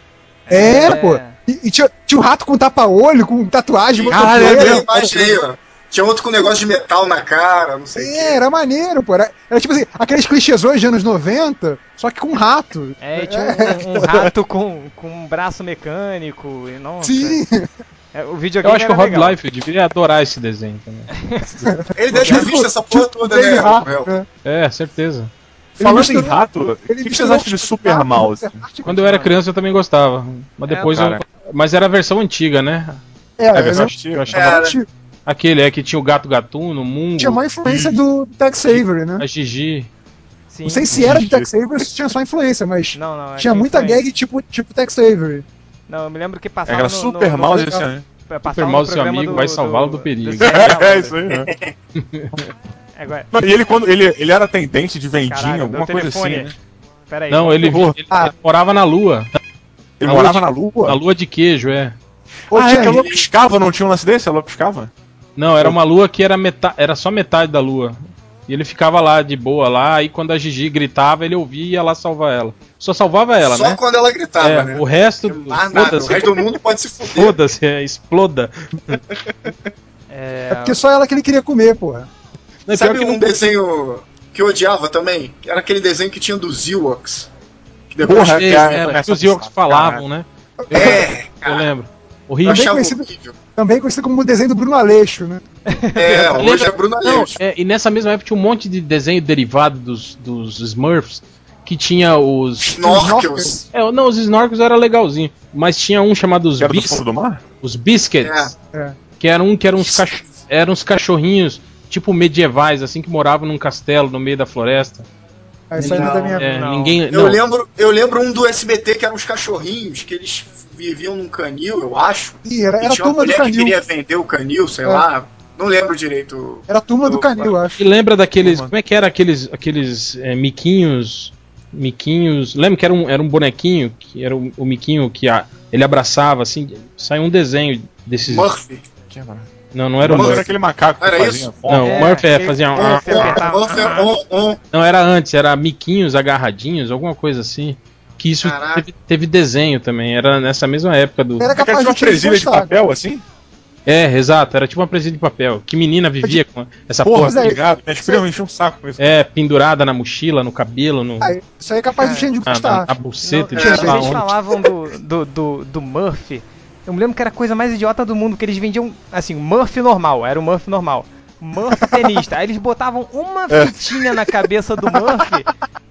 É, É. pô. E, e tinha, tinha um rato com tapa-olho, com tatuagem, Caralho, motoqueiro. é Tem mesmo? imagem aí, ó. Tinha outro com negócio de metal na cara, não sei o É, quê. era maneiro, pô. Era, era tipo assim, aqueles clichêsões de anos 90, só que com rato. É, e tinha um, um rato com, com um braço mecânico. E, nossa, Sim. [laughs] é, o videogame Eu acho que o era Rob legal. Life devia adorar esse desenho também. Tipo Ele deve ter visto essa porra toda, né? Rato, Rafael? né? É, certeza. Falando em misturou- rato, o que ele que vocês misturou acham de né? o Super rato, Mouse? É, Super Arte Quando eu era criança eu também gostava. Mas É, depois eu. cara. Mas era a versão antiga, né? É, É, ele versão antiga, eu achava. Cara, tinha- Aquele é que tinha o gato gatuno, o Mungo, tinha maior influência do Tex Avery, né? a Gigi. Sim. Não sei se era do Tex Avery ou se tinha só influência, mas Não, não. é tinha que muita influência. gag tipo, tipo Tex Avery. Não, eu me lembro que É, passava Era no, Super no, Mouse no, [laughs] esse ano. passava Super no Mouse, seu programa amigo, vai salvá-lo do perigo. [laughs] Zé da É, Onda. isso aí. né? Agora, Não, e ele, quando, ele, ele era atendente de vendinha, caralho, alguma meu coisa assim, telefone. né? Pera aí. Não, ele, horror. ele Ah. morava na lua. Ele Na morava lua na Na lua? lua de queijo, é. Ô, Ah, é que a Tiago, lua piscava, não tinha um lance desse? A lua piscava? Não, era uma lua que era, meta... era só metade da lua. E ele ficava lá de boa lá, e quando a Gigi gritava, ele ouvia e ia lá salvar ela. Só salvava ela, Só né? quando ela gritava, É, né? O resto. do- Ah, nada. O Foda-se, resto do mundo pode se fuder. foda-se, é, exploda. É, é porque só ela que ele queria comer, porra. Não, é pior Sabe que um não... desenho que eu odiava também? Era aquele desenho que tinha do Ziwax. Que depois Porra, É, cara, era, que começa os a Yorks pensar, falavam, né? É, Eu lembro. eu Horrível. achava conhecido- horrível. Também conhecido como o desenho do Bruno Aleixo, né? [laughs] É, hoje Lembra- é Bruno Não, Aleixo. é, e nessa mesma época tinha um monte de desenho derivado dos, dos Smurfs, que tinha os. Snorkels. É, não, os Snorkels era legalzinho, mas tinha um chamado os, Que era do bis, fundo do mar? os Biscuits, É. que era um que eram uns, cach- eram uns cachorrinhos tipo medievais, assim, que moravam num castelo no meio da floresta. Aí saindo Não, da minha. É, Não. ninguém. Eu Não, lembro, eu lembro um do SBT que eram os cachorrinhos, que eles viviam num canil, eu acho. Ih, era, E era a tinha turma uma do mulher que Canil. queria vender o canil, sei É. lá. Não lembro direito. Era a turma do Canil, eu acho. E lembra daqueles. Como é que era aqueles, aqueles é, miquinhos. Miquinhos. Lembra que era um, era um bonequinho, que era o, o miquinho que a- ele abraçava, assim. Saiu um desenho desses. Murphy. Não, não era o Não, Murphy. era aquele macaco Era que fazia. isso? Não, É, o Murphy é, aquele- fazia. um- Murphy. um- tá. apertar- Ah, Murphy, é um, Ah. on, on. Não, era antes, era miquinhos agarradinhos, alguma coisa assim. Que isso Caraca. teve, teve desenho também, era nessa mesma época do. Era É que era capaz tipo de uma utilizar presilha de papel, assim? É, exato, era tipo uma presilha de papel. Que menina vivia com essa Porra, porra. Zé. tá ligado? Minhas primas me enchiam um saco [laughs] com isso. É, pendurada na mochila, no cabelo, no, na, Ah, isso aí é capaz de Ah, gente na, gostar. tá, na buceta. Não, e cara, sei lá vocês onde. falavam do, do, do, do Murphy. Eu me lembro que era a coisa mais idiota do mundo, que eles vendiam, assim, Murphy normal, era o Murphy normal. Murphy tenista. Aí eles botavam [laughs] uma É. fitinha na cabeça do Murphy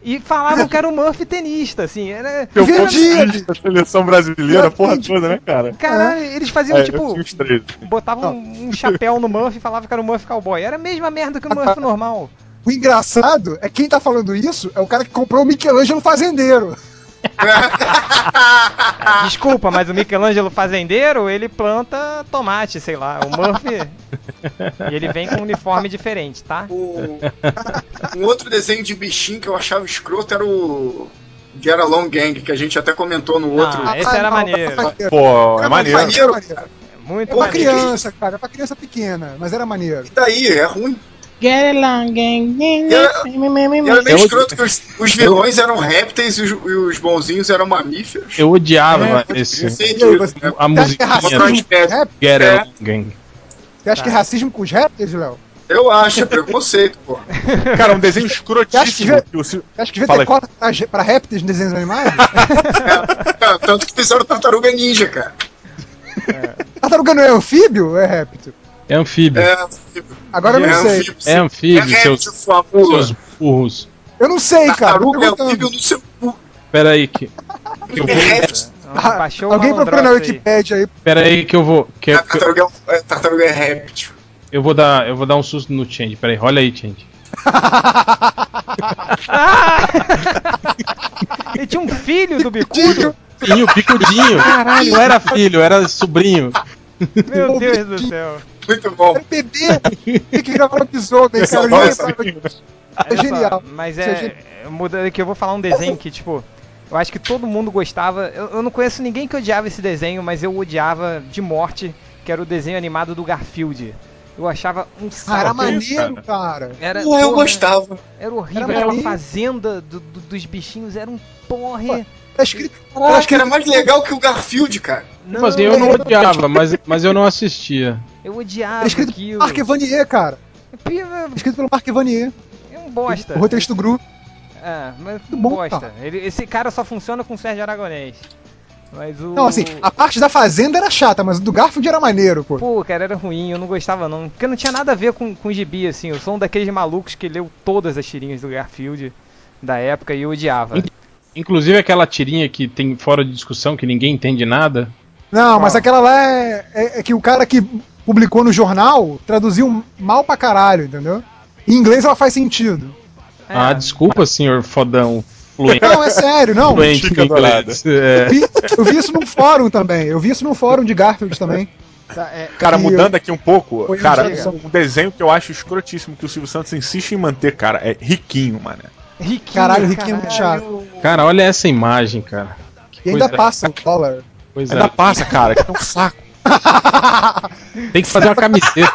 e falavam que era o Murphy tenista, assim. Era... Eu Verdade. consegui [laughs] da seleção brasileira, porra toda, né, cara? Caralho, eles faziam, É, eu tipo, tinha uns três. botavam um, um chapéu no Murphy e falavam que era o Murphy cowboy. Era a mesma merda que o Murphy normal. O engraçado é que quem tá falando isso é o cara que comprou o Michelangelo Fazendeiro. Ah. Desculpa, mas o Michelangelo fazendeiro, ele planta tomate, sei lá. O Murphy... E ele vem com um uniforme diferente, tá? O- Um outro desenho de bichinho que eu achava escroto era o Get Along Gang, que a gente até comentou no outro. Ah, esse era não, maneiro. maneiro. Pô, é Era maneiro. maneiro. cara. Muito É pra maneiro. criança, cara. É pra criança pequena, mas era maneiro. E daí, é ruim. Get along, gang. gang, gang. E era meio Eu- escroto que os, os vilões eram répteis e os, e os bonzinhos eram mamíferos. Eu odiava esse. Sei E aí, disso, você- né? A musiquinha Você acha Contra do as que é racismo com os pedras. rap? Get É. Along Gang. Você acha que é racismo com os répteis, Léo? Eu acho, é preconceito, pô. Cara, um desenho escrotíssimo. Acho que o Sil- Você acha que devia Fala aí. ter cota pra, pra répteis em desenhos animados? [laughs] É, tanto que fizeram Tartaruga Ninja, cara. Tartaruga não é anfíbio ou é réptil? É anfíbio. É, É, Agora eu não é sei. um anfíbio, sim. anfíbio, É seus, réptil, sua mula. seus burros. Eu não sei, cara. tô Tartaruga é anfíbio [laughs] perguntando. no seu cu. Pera aí que, É réptil. Ah, baixou Alguém uma procura na mandroca aí. Wikipedia aí. pera aí que eu vou. Que, eu- que eu- Tartaruga é- é, tartaruga é réptil. eu vou dar, eu vou dar um susto no Change. Pera aí, olha aí, Change. [laughs] Ele Ah! tinha um filho do [laughs] bicudo? Filho, picudinho. Caralho, não era filho, era sobrinho. um Meu Deus do céu. Muito bom. Era bebê. Tem que gravar um episódio aí, cara. Eu Nossa. nem lembrava disso. É Olha só, genial. Mas Isso é é. é, Mudando aqui, eu vou falar um desenho que, tipo. Eu acho que todo mundo gostava. Eu, eu não conheço ninguém que odiava esse desenho, mas eu odiava de morte, que era o desenho animado do Garfield. Eu achava um é Ah, era saco. maneiro, cara. Era, Ué, eu porra, gostava. Era horrível, Era era, uma maneiro. fazenda do- do- dos bichinhos, era um porre. Tá escrito. Eu acho que era mais legal que o Garfield, cara. Não, Tipo assim, eu não odiava, mas, mas eu não assistia. eu Era odiava tá escrito aquilo. É Mark Evanier, cara. Tá Piva- Escrito pelo Mark Evanier. É um bosta. O roteirista do Gru. Ah, mas Muito bom, bosta. cara. Ele- esse cara só funciona com o Sérgio Aragonês. Mas o. Não, assim, a parte da fazenda era chata, mas o do Garfield era maneiro, pô. Pô, cara, era ruim, eu não gostava não. Porque não tinha nada a ver com, com gibi, assim. Eu sou um daqueles malucos que leu todas as tirinhas do Garfield. da época e eu odiava. Inclusive aquela tirinha que tem fora de discussão, que ninguém entende nada. Não, mas aquela lá é, é- é que o cara que publicou no jornal traduziu mal pra caralho, entendeu? Em inglês ela faz sentido. É, Ah, desculpa, senhor fodão. Fluente, Não, é sério, não. fluente em Chica inglês. É. Eu vi, eu vi isso num fórum também. Eu vi isso num fórum de Garfield também. Tá, é, Cara, E mudando aqui um pouco, Foi um cara, dia, um desenho que eu acho escrotíssimo, que o Silvio Santos insiste em manter, cara, é riquinho, mano. riquinho, Caralho, riquinho é muito chato. Cara, olha essa imagem, cara. E ainda Pois é. passa o dólar. Pois É é. da passa, cara, que é [laughs] um saco. Tem que fazer uma camiseta.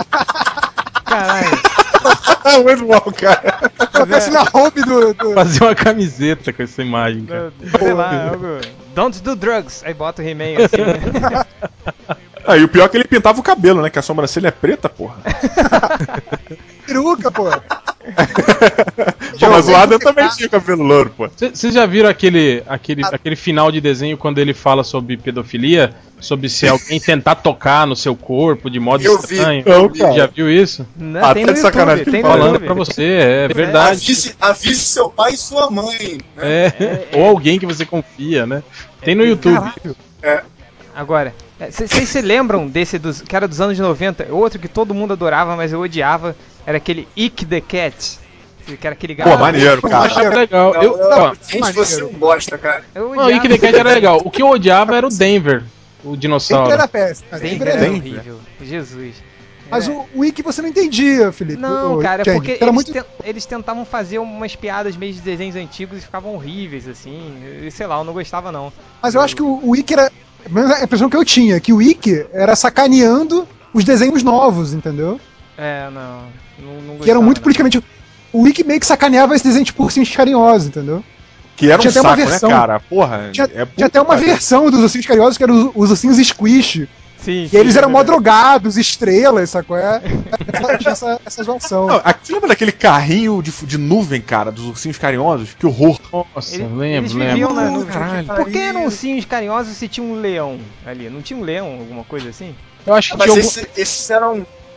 [laughs] Caralho. Ah, Muito bom, cara. Aparece assim na É. home do. do- fazer uma camiseta com essa imagem, cara. Sei lá, algo. Don't do drugs. Aí bota o He-Man assim. né? Aí o pior é que ele pintava o cabelo, né? Que a sobrancelha é preta, porra. peruca, pô. Pô, mas o Adam também tinha cabelo louro, pô. C- Vocês já viram aquele, aquele, aquele final de desenho quando ele fala sobre pedofilia? Sobre se alguém tentar tocar no seu corpo de modo Eu vi. estranho? Não, cara. Já viu isso? Não, Ah, tem tá no de YouTube, sacanagem que tem no fala. Falando YouTube. pra você, é verdade. Avise, avise seu pai e sua mãe. Né? É. Ou alguém que você confia, né? Tem no YouTube. Agora, é, c- vocês se lembram desse dos, que era dos anos 90? Outro que todo mundo adorava, mas eu odiava, era aquele Ick the Cat. Que era aquele gato. Pô, maneiro, cara. Achava legal. Não, Eu, não, ó, gente, você não gosta, cara. Eu não, o Ike the Cat era legal. O que eu odiava era o Denver, o Sempre dinossauro. era péssimo. Denver Sempre era era. Denver. horrível. Jesus. Mas É. o, o Wiki você não entendia, Felipe. Não, Ô, cara, é Change. porque Era eles, muito... ten- eles tentavam fazer umas piadas meio de desenhos antigos e ficavam horríveis, assim. E, sei lá, eu não gostava, não. Mas eu acho que o, o Wiki era. pelo menos A impressão que eu tinha, que o Wiki era sacaneando os desenhos novos, entendeu? É, não. não, não gostava, que eram muito não. né? politicamente. O Wiki meio que sacaneava esse desenho de ursinhos carinhosos, entendeu? Que era um Tinha até uma saco, né, versão. cara? Porra. Tinha, é tinha até uma puta, versão dos ursinhos carinhosos que eram os, os ursinhos squish. Sim, E sim, é eles é eram mó verdade. drogados, estrelas, sacou? É, tinha essa, essa zoação. Não, aqui, lembra daquele carrinho de, fu- de nuvem, cara, dos ursinhos carinhosos? Que horror. Nossa, Eles- lembro, eles lembro. um viviam na nuvem. Caralho. Por que eram ursinhos carinhosos se tinha um leão ali? Não tinha um leão, alguma coisa assim? Eu acho que Mas tinha, algum- esse- esses eram,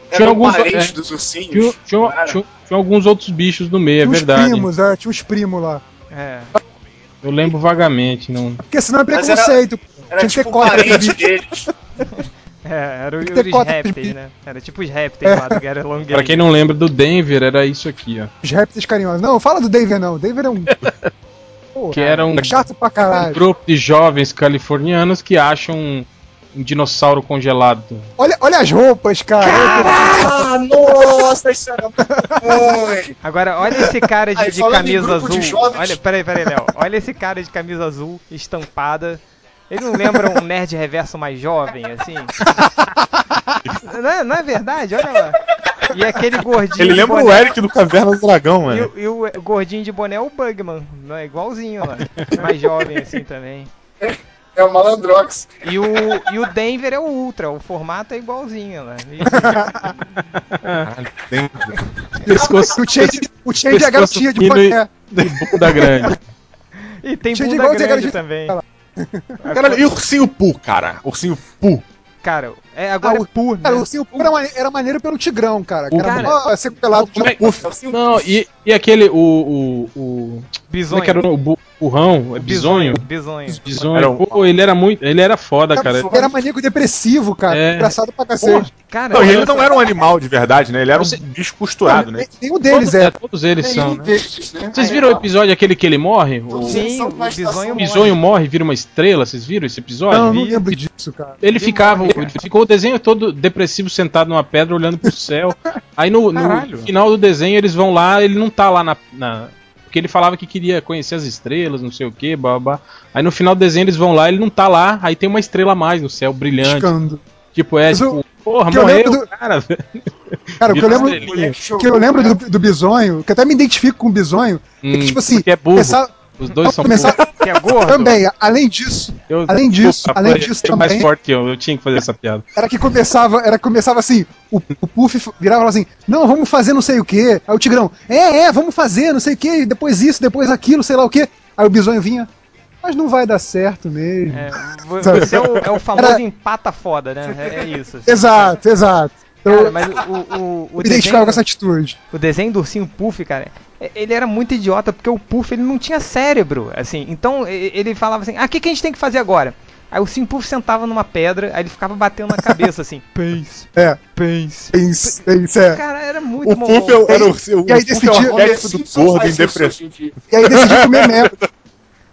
Tinha eram alguns- parentes é. dos tinha- ursinhos. tinha- cara. tinha- tinha alguns outros bichos no meio, é tinha uns verdade. primos, é, tinha uns primos lá. É. Eu lembro vagamente. Não... Porque senão é Mas preconceito. Era Tinha que ter tipo corda, parente bicho. deles. É, era o- Tem que ter os cota de répteis, pi. né? Era tipo os répteis lá do Gary Long Pra quem não lembra do Denver, era isso aqui, ó. Os répteis carinhosos. Não, fala do David não. [laughs] David é um. Porra, é Que era um chato pra um caralho. grupo de jovens californianos que acham um, um dinossauro congelado. Olha, olha as roupas, cara. Ah, nossa, isso era muito. Agora, olha esse cara de, Aí, de falando em camisa grupo de azul. jovens. olha, peraí, peraí, Léo. Olha esse cara de camisa azul estampada. Ele não lembra um nerd reverso mais jovem, [laughs] assim? não, é, não é verdade? Olha lá. E aquele gordinho. Ele de lembra o boné- Eric do Caverna do Dragão, É. E, mano. o- e o gordinho de boné é o Bugman. Não é igualzinho [laughs] lá. Mais jovem, assim também. É o malandrox. E o, e o Denver é o Ultra. O formato é igualzinho lá. E- Pescoço O Change, o Change é Pescoço a garotinha de fino e- boné. de bunda grande. [laughs] E tem Gente, bunda igual grande tem cara de- também. Caralho, e ursinho Poo, cara? Ursinho Poo. Cara, é, agora Ah, é pur, né? Cara, o ursinho era, mane- era maneiro pelo Tigrão, cara. Que Cara, era mó sequelado de Como é- Não, e, e aquele, o. o, o como é Bisonho. que era o nome? O bu- burrão? É bisonho? Bisonho. Bisonho. Era um- Pô, ele era muito. Ele era foda, cara. Era maníaco depressivo, cara. É. Engraçado pra cacete. Cara, é Não, e ele olha não só. era um animal de verdade, né? Ele era um Você- bicho costurado, né? Nem- Nenhum Todos, deles é, é. todos eles são, né? deles, né? Vocês É, viram o episódio aquele que ele morre? O Sim, o o bisonho bisonho morre, vira uma estrela, vocês viram esse episódio? Não, não Vi. lembro disso, cara. Ele ficava, ele ficou o desenho todo depressivo, sentado numa pedra, olhando pro [laughs] céu. Aí no, no Caralho. final do desenho eles vão lá, ele não tá lá na, na- Porque ele falava que queria conhecer as estrelas, não sei o que, babá. Aí no final do desenho eles vão lá, ele não tá lá, aí tem uma estrela a mais no céu, brilhante. Piscando. Tipo, é, Mas tipo, o- porra, que eu morreu, lembro do- [laughs] É cara. velho. Cara, o que eu Virou lembro, estrelinha. o que eu lembro do, do Bisonho, que até me identifico com o Bisonho, é Hum, que, tipo assim, porque é burro. começava- Os dois são começava- burros. Que é gordo. também, além disso, Eu- além disso, Desculpa, além foi- disso foi mais também- forte que eu, eu tinha que fazer essa piada. era que começava, era que começava assim, o, o Puff virava e falava assim, não, vamos fazer não sei o quê. Aí o Tigrão, é, é, vamos fazer não sei o quê, depois isso, depois aquilo, sei lá o quê. Aí o Bisonho vinha, mas não vai dar certo mesmo. É, vo- você é o, é o famoso Era- empata foda, né? É, é isso. assim. Exato, exato. Cara, Eu mas o, o, o, me identificava desenho, com essa atitude. o desenho do ursinho Puff, cara, é- ele era muito idiota, porque o Puff ele não tinha cérebro, assim. Então e- ele falava assim, ah, o que, que a gente tem que fazer agora? Aí o ursinho Puff sentava numa pedra, aí ele ficava batendo na cabeça, [laughs] assim. Pense, É, pense. isso, isso é. Cara, era muito O bom. Puff é o- era o, E o, aí Puff é o decidiu- arquétipo do gordo em depressão. E aí decidi comer mel.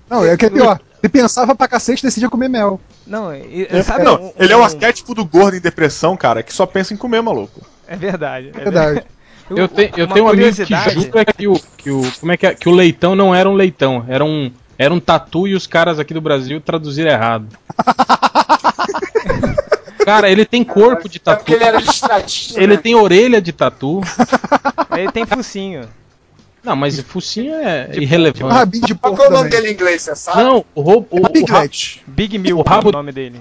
Não, é o que é pior. Ele pensava pra cacete e decidia comer mel. Não, e- sabe, um, Não, ele é o arquétipo do gordo em depressão, cara, que só pensa em comer, maluco. É verdade. É Verdade. Eu, tenho eu uma tenho um amigo que curiosidade- jura que o, que o. Como é que é? Que o leitão não era um leitão, era um. Era um tatu e os caras aqui do Brasil traduziram errado. Cara, ele tem corpo de É tatu. porque ele é era distraído. Tá Ele tem orelha de tatu. Ele tem focinho. Não, mas focinho é Um irrelevante. rabinho de Mas porco qual é o nome também. dele em inglês, você sabe? Não, o, ro- o, o, ra- Piglet. Big Milk O rabo- é o nome dele.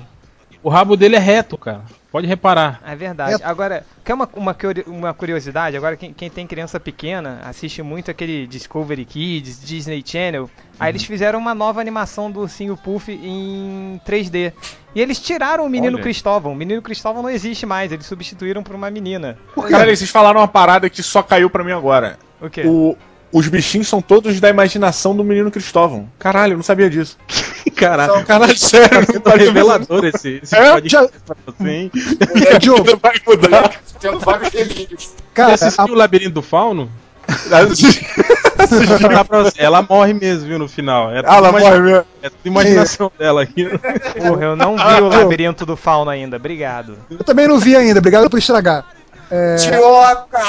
o rabo dele é reto, cara. Pode reparar. É verdade. É. Agora, quer uma, uma, curi- uma curiosidade? Agora, quem, quem tem criança pequena assiste muito aquele Discovery Kids, Disney Channel. Aí Uhum. eles fizeram uma nova animação do Ursinho Puff em 3D. E eles tiraram o menino Olha. Cristóvão. O menino Cristóvão não existe mais, eles substituíram por uma menina. Por quê? Cara, vocês falaram uma parada que só caiu pra mim agora. O quê? O- os bichinhos são todos da imaginação do menino Cristóvão. Caralho, eu não sabia disso. Caralho, Caralho, sério. [laughs] um tá revelador esse, esse É? podcast pra você, hein? Ô, Diogo, Vai mudar. Tem vários delírios. Você cara, assistiu o Labirinto do Fauno? Esse Dá pra você- Ela morre mesmo, viu, no final. É Ah, lá morre mesmo. É tudo imaginação dela aqui. Porra, eu [laughs] não Ah, vi o Labirinto do Fauno ainda. Obrigado. eu também não vi ainda. Obrigado por estragar. É, Tioca!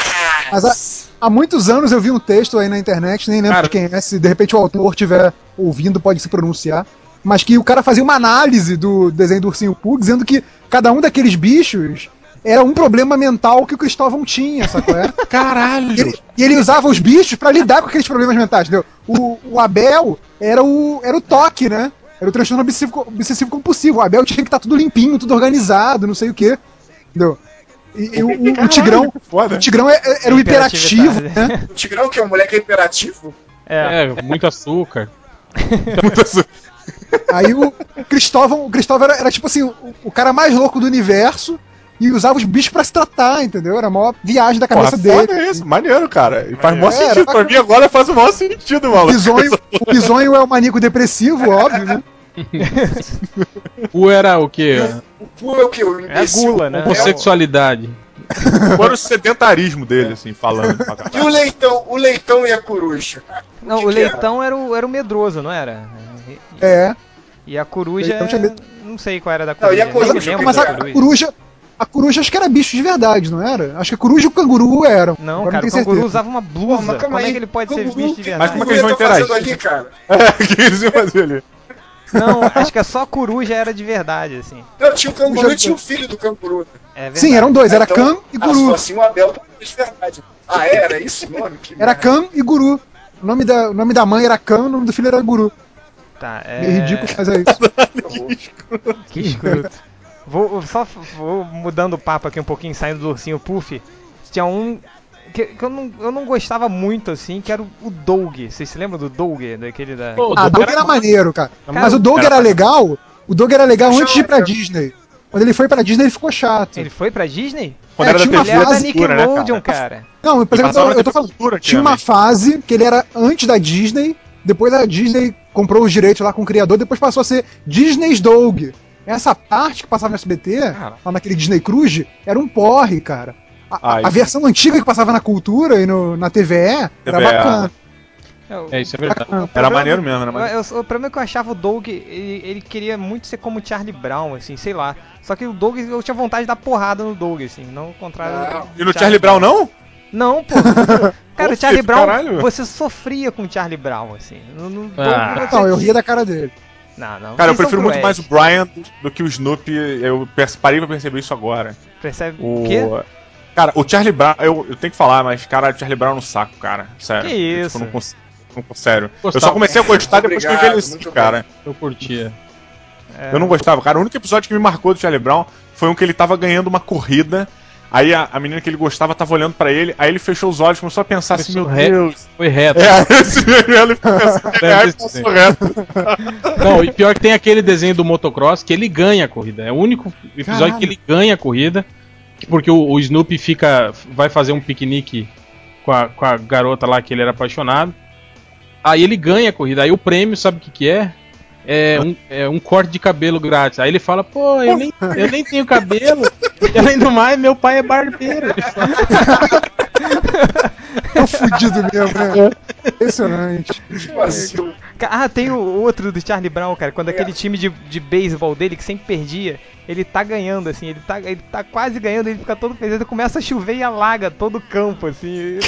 mas há, há muitos anos eu vi um texto aí na internet, nem lembro Cara. de quem é, se de repente o autor estiver ouvindo, pode se pronunciar. Mas que o cara fazia uma análise do desenho do Ursinho Pooh, dizendo que cada um daqueles bichos era um problema mental que o Cristóvão tinha, sacou? É? E Caralho. ele, e ele usava os bichos pra lidar com aqueles problemas mentais, entendeu? O, o Abel era o, era o toque, né? Era o transtorno obsessivo, obsessivo compulsivo. O Abel tinha que estar tudo limpinho, tudo organizado, não sei o quê. Entendeu? E, e o, o Tigrão, Foda. o Tigrão é- é- era o hiperativo, Hiperatividade. né? O Tigrão, que é um moleque imperativo. [laughs] É. É, muito açúcar. Aí o Cristóvão, o Cristóvão era, era tipo assim, o, o cara mais louco do universo e usava os bichos pra se tratar, entendeu? Era a maior viagem da cabeça Porra, dele. foda é isso. Maneiro, cara. E faz o maior Maneiro. sentido. Era, Pra mim agora faz o maior sentido, O maluco. Bisonho, o Bisonho é o maníaco depressivo, óbvio, né? Ou era o quê? O Poo é o que? O É a imbecil. gula, né? Homossexualidade. Fora o sedentarismo É. dele, assim, falando. pra E o caralho. leitão? O leitão e a coruja. Não, o que que era? leitão era o, era o medroso, não era? É. E a coruja. Leitão tinha medo. Não sei qual era da Não, coruja. e a coruja? Nem me lembro Mas da a coruja. A coruja acho que era bicho de verdade, não era? Acho que a coruja e o canguru eram. Não, Agora cara, tenho o canguru certeza. usava uma blusa. Pô, mas calma como é aí, que ele pode ser canguru, bicho de verdade? cara. Mas como é O que eles vão eu tô fazendo interagir? ali, cara? O É, que eles iam fazer É, ali? Não, acho que é só a coruja era de verdade, assim. Não, tinha o canguru Puxa, e tinha o filho do canguru. né? É verdade. Sim, eram dois, era um Cam e Então, Ah, se Guru. fosse um Abel, talvez verdade. Ah, era isso o nome? Que Era merda. Cam e Guru. O nome da, o nome da mãe era Cam, o nome do filho era Guru. Tá, é. [laughs] Meio ridículo, mas é isso. Que escroto. Vou vou só f- vou mudando o papo aqui um pouquinho, saindo do ursinho Puff. Tinha um. Que, que eu, não, eu não gostava muito, assim, que era o, o Doug. Vocês se lembram do Doug? Daquele da. Pô, Ah, do Doug cara- era maneiro, cara. é, Cara, Mas o Doug cara- era legal. O Doug era legal Achava antes de ir pra legal. Disney. Quando ele foi pra Disney, ele ficou chato. Ele foi pra Disney? Quando É, era da tinha uma TV, Ele era da fase cultura, né, Nickelodeon, cara. Não, por exemplo, Passava eu, na eu tô falando. cultura, Tinha uma fase que ele era antes da Disney, depois a Disney comprou os direitos lá com o criador, depois passou a ser Disney's Dog. Essa parte que passava no SBT, lá naquele Disney Cruise, era um porre, cara. A, Ah, a isso. versão antiga que passava na cultura e no- na TVE era TVE. bacana. o- É, isso é verdade. o Ah, Era problema- maneiro mesmo, era maneiro. Eu- eu- o problema é que eu achava o Doug, ele, ele queria muito ser como o Charlie Brown, assim, sei lá. Só que o Doug, eu tinha vontade de dar porrada no Doug, assim, não o contrário. Não. do Ah, E no Charlie Brown, não? Não, [laughs] pô. Cara, o Pô, Charlie Felipe, Brown, caralho. você sofria com o Charlie Brown, assim. No, no Doug, Ah. você- Não, Então, eu ria da cara dele. Não, não. Cara, eu vocês são prefiro muito cruéis. mais o Brian do que o Snoopy. Eu perce- parei pra perceber isso agora. Percebe o O... quê? Cara, o Charlie Brown, eu, eu tenho que falar, mas, cara, o Charlie Brown é um saco, cara. Sério. Que Eu, tipo, isso? não cons- não cons- sério. eu Gostava. só comecei a gostar depois que eu Obrigado, envelheci, muito cara. Eu curtia. É. Eu não gostava, cara. O único episódio que me marcou do Charlie Brown foi um que ele tava ganhando uma corrida. Aí a, a menina que ele gostava tava olhando pra ele, aí ele fechou os olhos, começou a pensar assim, Começou meu reto. Deus. [laughs] Foi reto. É, esse ele assim, ficou pensando, ele Deve aí ser. passou reto. Não, e pior que tem aquele desenho do motocross que ele ganha a corrida. É o único episódio que ele ganha a corrida. Porque o, o Snoopy fica. vai fazer um piquenique com a, com a garota lá que ele era apaixonado. Aí ele ganha a corrida. Aí o prêmio, sabe o que, que é? É um, é um corte de cabelo grátis. Aí ele fala, pô, eu nem, eu nem tenho cabelo. E além do mais, meu pai é barbeiro. Ele fala, É um fudido mesmo, né? Impressionante. Vacilo. Ca- Ah, tem o outro do Charlie Brown, cara. Quando aquele time de, de beisebol dele que sempre perdia, ele tá ganhando, assim. Ele tá, ele tá quase ganhando, ele fica todo feliz. Ele começa a chover e alaga todo o campo, assim.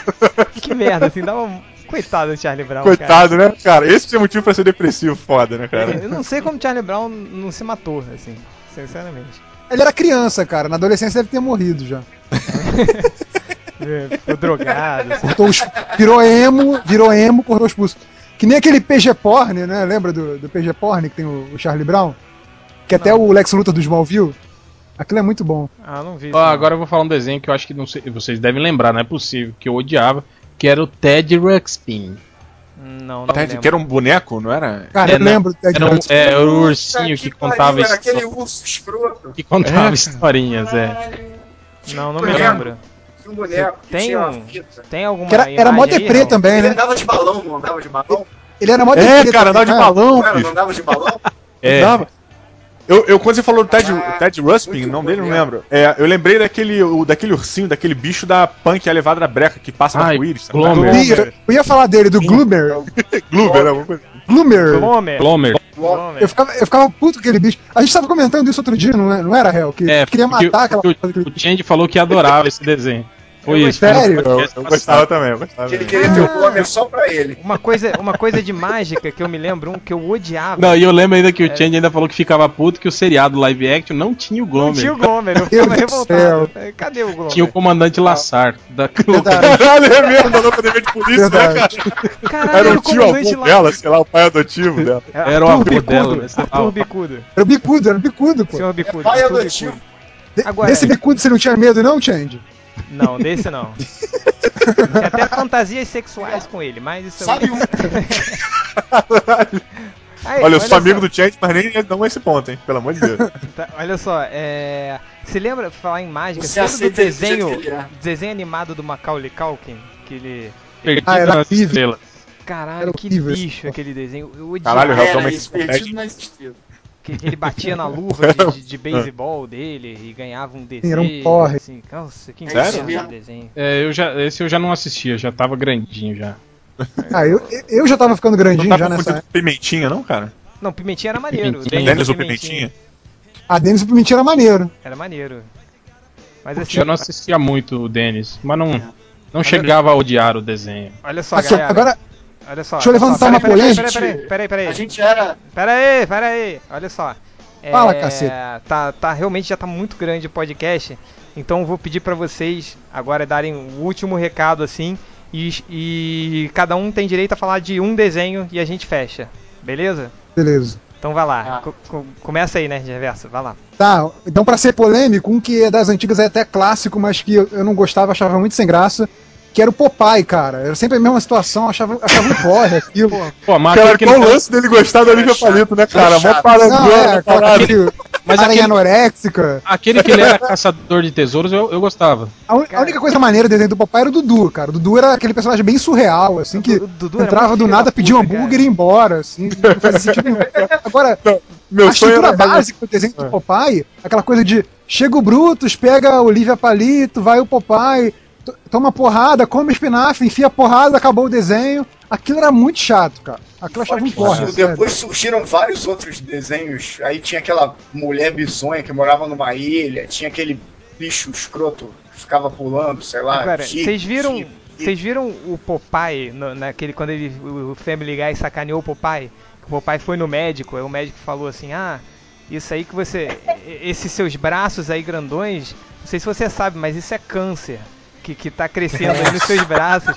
[laughs] que merda, assim. Dá uma. Coitado do Charlie Brown, cara. Coitado, né, cara? Esse é motivo pra ser depressivo, foda, né, cara? Eu não sei como o Charlie Brown não se matou, assim. Sinceramente. Ele era criança, cara. Na adolescência deve ter morrido já. É, Ficou drogado, assim. Cortou os... [laughs] Virou emo, virou emo, cortou os pulsos. Que nem aquele PG Porn, né? Lembra do, do PG Porn que tem o, o Charlie Brown? Que até o Lex Luthor do Smallville. Aquilo é muito bom. Ah, não vi. isso, Ó, não. agora eu vou falar um desenho que eu acho que não sei- vocês devem lembrar, não é possível, que eu odiava, que era o Ted Ruxpin. Não, não Ted, lembro. que era um boneco, não era? Cara, É, eu não. lembro. do Ted Era um, Bundy. é, era o ursinho que contava, histó- Era aquele urso escroto. que É, contava historinhas, é. Não, não Eu me lembro. lembro. Tinha um boneco. que Tem tinha uma um- fita. Tem alguma Que era, Ah, era mó imagem é aí, deprê não? também, Ele né? andava de balão, não andava de balão? Ele era mó É, deprê cara, andava de também, balão, Cara, não bicho. andava de balão? É. Dava. Eu, eu, quando você falou do Ted, Ah, Ted Ruspin, muito não bom dele, não mesmo. lembro. É, eu lembrei daquele, o- daquele ursinho, daquele bicho da punk a levada da breca que passa Ai, na arco-íris. tá ligado? Glomer. Ih, eu- Eu ia falar dele, do Gloomer. Glomer, né, alguma coisa. Gloomer. Glomer. Glomer. Glomer. Eu ficava, eu ficava puto com aquele bicho. A gente tava comentando isso outro dia, não, é- não era, Hel? Que É, queria porque matar aquela o- coisa. O Change falou que adorava esse desenho. Foi Eu isso. né? gostei. Sério? Eu, eu gostava também, eu gostava Que ele também. queria ter o Glomer só pra ele. Uma coisa, uma coisa de mágica que eu me lembro, um que eu odiava. Não, e eu lembro ainda que o Change ainda falou que ficava puto que o seriado live action não tinha o Não Glomer. tinha Tinha o o, Glomer, eu Meu ficava Deus do revoltado. É, Cadê o Glomer? comandante Ah. Lassar. É Da... Verdade. [laughs] Caralho, é mesmo, da louca dever de polícia, né, cara? Verdade. Caralho, Era era o tio comandante avô lá. dela, sei lá, o pai adotivo dela. Era Arthur o avô dela, Bicudo, né? Sei lá, Arthur ó. Bicudo. Era o bicudo, era o bicudo, pô. Senhor Bicudo. Pai Arthur adotivo. Bicudo. De- Agora- é. Desse bicudo você não tinha medo, não, Change? Não, desse não. Tinha até fantasias sexuais com ele, mas isso Sabe um Aí, Olha, eu sou amigo do Chad, mas nem é não esse ponto, hein? Pelo amor de Deus. Tá, olha só, é. Se lembra falar em mágica? Você Você lembra do aceita ele do jeito desenho, que ele é. desenho animado do Macaulay Culkin? Que ele. Perdido Ah, era nas horrível. estrelas. Caralho, Era que horrível esse lixo porra. aquele desenho. Eu odiava. Caralho, cara realmente- isso, perdido na existida. que ele batia na luva de, de, de beisebol dele e ganhava um desenho. Era um porre. Assim, nossa, que Sério? inferno de desenho. É, eu já, esse eu já não assistia, já tava grandinho já. É. Ah, eu, eu já tava ficando Não grandinho tá já nessa confundindo época. com pimentinha, não, cara? Não, Pimentinha era maneiro. o Pimentinha. Dennis ou pimentinha? A Dennis Pimentinha era maneiro. Era maneiro. Mas assim, Eu não assistia muito o Dennis, mas não, não chegava a odiar o desenho. olha só, né? Assim, galera. agora, olha só. deixa eu olha só, levantar uma peraí, peraí, Peraí, peraí, polêmica. A peraí, peraí. gente era. Peraí, peraí. Olha só. É, Fala, caceta. Tá, tá, realmente já tá muito grande o podcast. Então eu vou pedir pra vocês agora darem o último recado assim. E, e cada um tem direito a falar de um desenho e a gente fecha. Beleza? beleza. Então vai lá. Ah. Co- co- começa aí, né, Reverso? Vai lá. Tá, então pra ser polêmico, um que é das antigas é até clássico, mas que eu, eu não gostava, achava muito sem graça, que era o Popeye, cara. Era sempre a mesma situação, achava, achava um porra aquilo. [laughs] Pô, mas Cara, aquele que qual o não- lance dele gostar da Olivia chato, Palito, né, cara? Mó chato. Não, é, paradona, aquela caralho. que- [laughs] Mas aranha aquele- anoréxica. Aquele que ele era caçador de tesouros, eu, eu gostava. A, un- a única coisa maneira do desenho do Popeye era o Dudu, cara. O Dudu era aquele personagem bem surreal, assim, que O Dudu era entrava muito do filho nada, da pedia um puta, hambúrguer cara. e ia embora, assim. Não fazia sentido [laughs] nenhum. Agora, Meu a sonho estrutura era um- É. básica do desenho do Popeye, aquela coisa de chega o Brutus, pega a Olivia Palito, vai o Popeye, to- toma porrada, come espinafre, enfia a porrada, acabou o desenho. Aquilo era muito chato, cara. Aquilo eu achava um porra. né? Depois sério. surgiram vários outros desenhos. Aí tinha aquela mulher bizonha que morava numa ilha, tinha aquele bicho escroto que ficava pulando, sei lá. Agora, tigre, vocês viram. tigre. Vocês viram o Popeye no- naquele quando ele o Family Guy sacaneou o Popeye? O Popeye foi no médico, aí o médico falou assim: "Ah, isso aí que você e- esses seus braços aí grandões, não sei se você sabe, mas isso é câncer que que tá crescendo aí nos [laughs] seus braços".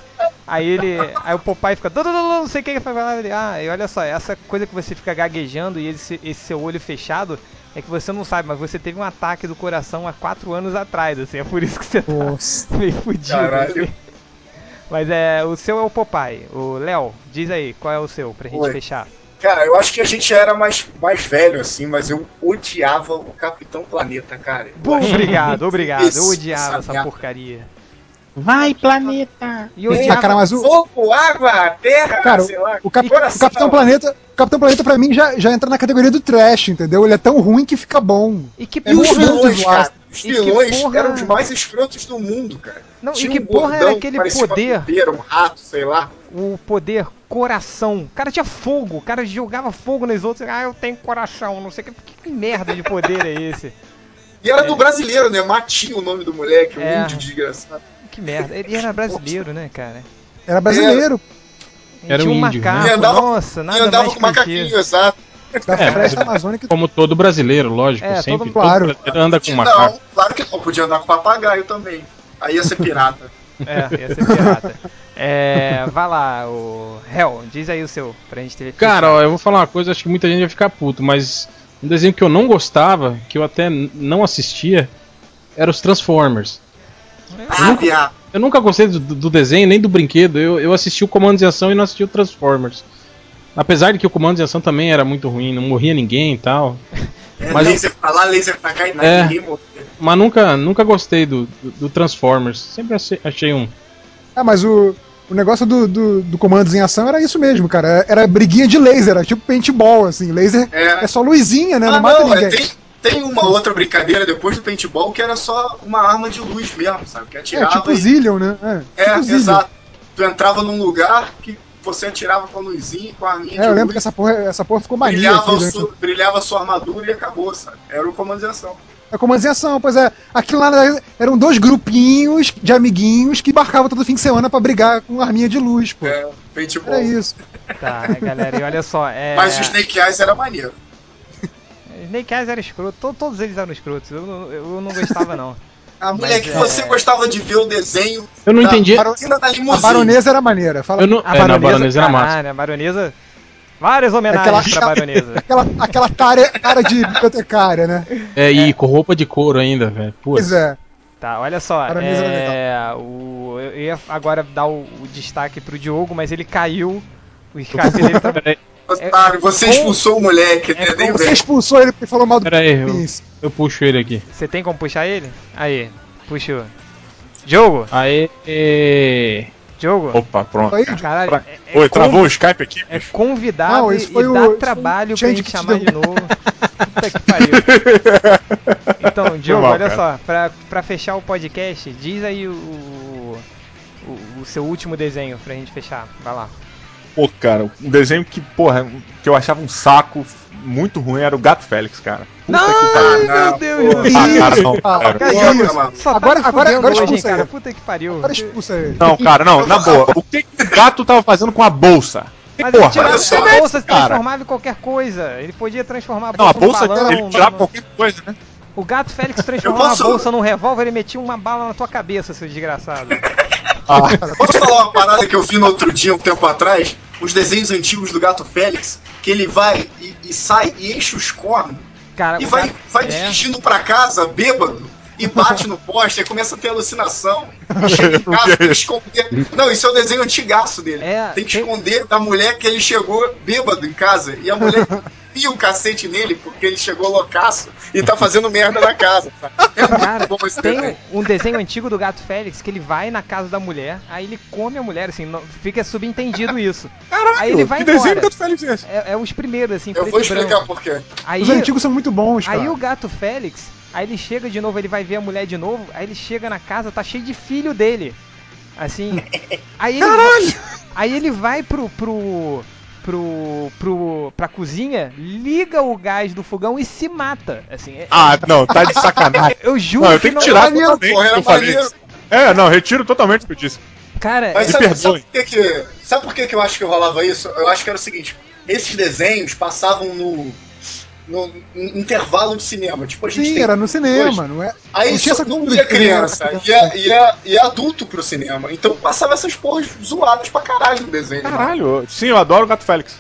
Aí ele, aí o Popeye fica, "Dô, dô, dô, dô", não sei o que que foi falar, ele, ah, e olha só, essa coisa que você fica gaguejando e esse, esse seu olho fechado é que você não sabe, mas você teve um ataque do coração há quatro anos atrás, assim, é por isso que você tá Nossa. meio fudido. Caralho. assim. Mas é, o seu é o Popeye. O Léo, diz aí, qual é o seu pra gente Oi. fechar? Cara, eu acho que a gente já era mais, mais velho, assim, mas eu odiava o Capitão Planeta, cara. Eu Bom, acho- obrigado, obrigado. Eu odiava Essa essa merda. porcaria. Vai, planeta. E Ah, cara, odiava. mas o, Fogo, água, terra, Cara, sei lá. O, Cap- Coração. o Capitão Planeta, o Capitão Planeta pra mim já, já entra na categoria do trash, entendeu? Ele é tão ruim que fica bom. E que E os Muito porra. vilões, zoado. cara. Os É E que vilões porra- é eram os mais escrotos do mundo, cara. Não, e Tinha que um porra era gordão que aquele parecia uma poder? copeira, um rato, sei lá. o poder coração. O cara tinha fogo, o cara jogava fogo nos outros. Ah, eu tenho coração, não sei o que. Que, que merda de poder é esse? E era do brasileiro, né? Matinho o nome do moleque, um É. índio desgraçado. [laughs] Que merda. Ele era brasileiro, né, cara? Era brasileiro. Ele Era tinha um um índio, macaco. né? E andava- Nossa, e nada andava mais com clichê. macaquinho, exato. Da É, floresta mas- amazônica. Como todo brasileiro, lógico, É, sempre. todo- claro. brasileiro anda Tá com macaco. Não, claro que não. Podia andar com papagaio também. Aí ia ser [laughs] pirata. É, ia ser pirata. É, vai lá, o Hell, diz aí o seu, pra gente ter. Cara, ó, eu vou falar uma coisa, acho que muita gente vai ficar puto, mas um desenho que eu não gostava, que eu até n- não assistia, era os Transformers. É. Ah, viado. Eu nunca gostei do, do desenho, nem do brinquedo. Eu, eu assisti o Comandos em Ação e não assisti o Transformers. Apesar de que o Comandos em Ação também era muito ruim, não morria ninguém e tal. É Mas eu- laser pra lá, laser pra cá e nada, É. ninguém morreu. Mas nunca, nunca gostei do, do, do Transformers. Sempre achei, achei um. Ah, mas o, o negócio do, do, do comandos em ação era isso mesmo, cara. Era briguinha de laser, era tipo paintball, assim. Laser É. é só luzinha, né? Ah, não mata não, é, ninguém. tem, tem uma outra brincadeira depois do paintball que era só uma arma de luz mesmo, sabe? Que É, atirava tipo e... Zillion, né? É, É, tipo Zillion. exato. Tu entrava num lugar que você atirava com a luzinha, com a É, arminha eu de lembro que luz, essa porra, essa porra ficou mania. né? brilhava, Aqui, o durante... su- brilhava a sua armadura e acabou, sabe? Era o comandização. É comandos em ação, pois é. Aquilo lá né, eram dois grupinhos de amiguinhos que embarcavam todo fim de semana pra brigar com arminha de luz, pô. É, paintball. Era isso. Tá, galera, e olha só. É... Mas o Snake Eyes era maneiro. Snake Eyes era escroto, to- todos eles eram escrotos. Eu, não- eu não gostava, não. A mulher que é- você gostava de ver o desenho Eu não da entendi. Barocina da A limusine. baronesa era maneira. Fala, Eu não, é, na Baronesa era massa. caralho, a baronesa. Várias homenagens Aquela- pra baronesa. Aquela, aquela cara, cara de bibliotecária, né? É, e com roupa de couro ainda, velho. Pô, Pois é. Tá, olha só. Parabéns, É, o, eu ia agora dar o, o destaque pro Diogo, mas ele caiu. O escape dele [laughs] tá. Otário, você é- expulsou o moleque, é entendeu? Você velho? expulsou ele porque falou mal do pera aí, eu, Prince. eu puxo ele aqui. Você tem como puxar ele? Aí, puxou. Diogo, Aê. é. Diogo. Opa, pronto. Aí, Caralho, é, é Oi, travou convi- o Skype aqui? é convidado Não, esse e foi o- dá esse foi o trabalho pra change gente que te chamar de deu. [laughs] novo. Puta que pariu. Então, Diogo, mal, olha cara. só. Pra, pra fechar o podcast, diz aí o, o, o seu último desenho pra gente fechar. Vai lá. Pô, cara, um desenho que, porra, que eu achava um saco muito ruim era o Gato Félix, cara. Puta que pariu. Ah, Meu Deus do Ah, céu. cara, não, Ah, cara. cara, Porra, isso. mano. Só Agora- tá me agora- fudendo agora hoje, hein, expulsa cara. ele. Puta que pariu. Agora expulsa ele. Não, cara, não, na boa. O que, que o gato tava fazendo com a bolsa? Mas ele Porra, tirava olha só, a bolsa, se cara. transformava em qualquer coisa. Ele podia transformar a bolsa, não, a bolsa num balão. dele, ele tirava num- qualquer coisa, né? O gato Félix transformava Eu posso- a bolsa num revólver e metia uma bala na tua cabeça, seu desgraçado. Posso falar uma parada que eu vi no outro dia, um tempo atrás? Os desenhos antigos do Gato Félix, que ele vai e, e sai e enche os cornos, Cara, e o vai, gato- vai é. dirigindo pra casa, bêbado, e bate no poste, aí começa a ter alucinação. Chega em casa, tem que esconder. Não, isso é o desenho antigaço dele. É, tem que tem- esconder da mulher que ele chegou bêbado em casa, e a mulher pia o cacete nele porque ele chegou loucaço e tá fazendo merda na casa. É muito Cara, bom esse tem desenho. um desenho antigo do gato Félix que ele vai na casa da mulher, aí ele come a mulher, assim, não- fica subentendido isso. Caralho, Aí ele vai que desenho embora. do Gato Félix é esse? É, é os primeiros, assim, Eu preto vou e branco. explicar por quê. Aí, Os antigos são muito bons, cara. Aí o gato Félix, aí ele chega de novo, ele vai ver a mulher de novo, aí ele chega na casa, tá cheio de filho dele. [laughs] Assim. Aí ele Vai, [laughs] aí ele vai pro, pro. pro. pro. pra cozinha, liga o gás do fogão e se mata. Assim, é- Ah, não, tá de sacanagem. eu juro Não, eu um que tenho não. que tirar maneiro, porra, totalmente o que era eu falei. maneiro. É, não, retiro totalmente o que eu disse. Cara, Mas Me sabe, perdoe. sabe por que, que- sabe por que, que eu acho que rolava isso? Eu acho que era o seguinte: esses desenhos passavam no, no, no intervalo de cinema. Tipo, a gente Sim, tem- era no cinema, não é? Aí não tinha só essa não cultura ia de criança, né? criança, é, ia, ia, ia adulto pro cinema. Então passava essas porras zoadas pra caralho no desenho. Caralho, eu- sim, eu adoro o Gato Félix.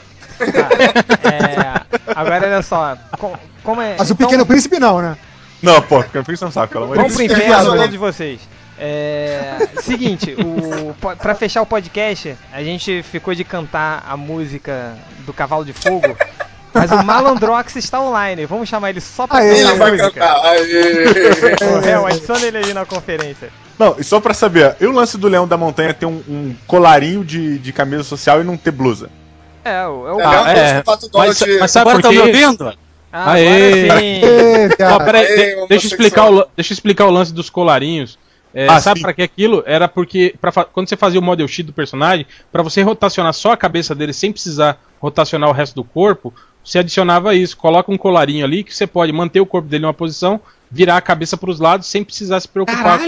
tá, é, agora olha só. co- Como é. Mas o então, Pequeno Príncipe não, né? Não, pô, porque eu fiz um saco, pelo amor de Vamos Deus. pro Príncipe é inferno azul, né? todos vocês. É, seguinte, o, po- pra fechar o podcast, a gente ficou de cantar a música do Cavalo de Fogo, mas o Malandrox está online. Vamos chamar ele só pra Aê, cantar Ele a vai música. cantar. [laughs] Aê. O réu, adiciona ele aí na conferência. Não, e só pra saber, e o lance do Leão da Montanha ter um, um colarinho de, de camisa social e não ter blusa? É, o- é o. Ah, é, é. Mas, mas sabe Agora por tá me quê? ouvindo? Ah, Aê. agora sim. Ê, Ó, cara. peraí, de- Ei, homossexual. deixa, eu explicar o, lan- deixa eu explicar o lance dos colarinhos. É, Ah, sabe sim. pra que aquilo? Era porque pra, fa- quando você fazia o model sheet do personagem, pra você rotacionar só a cabeça dele sem precisar rotacionar o resto do corpo, você adicionava isso. Coloca um colarinho ali que você pode manter o corpo dele em uma posição, virar a cabeça pros lados sem precisar se preocupar.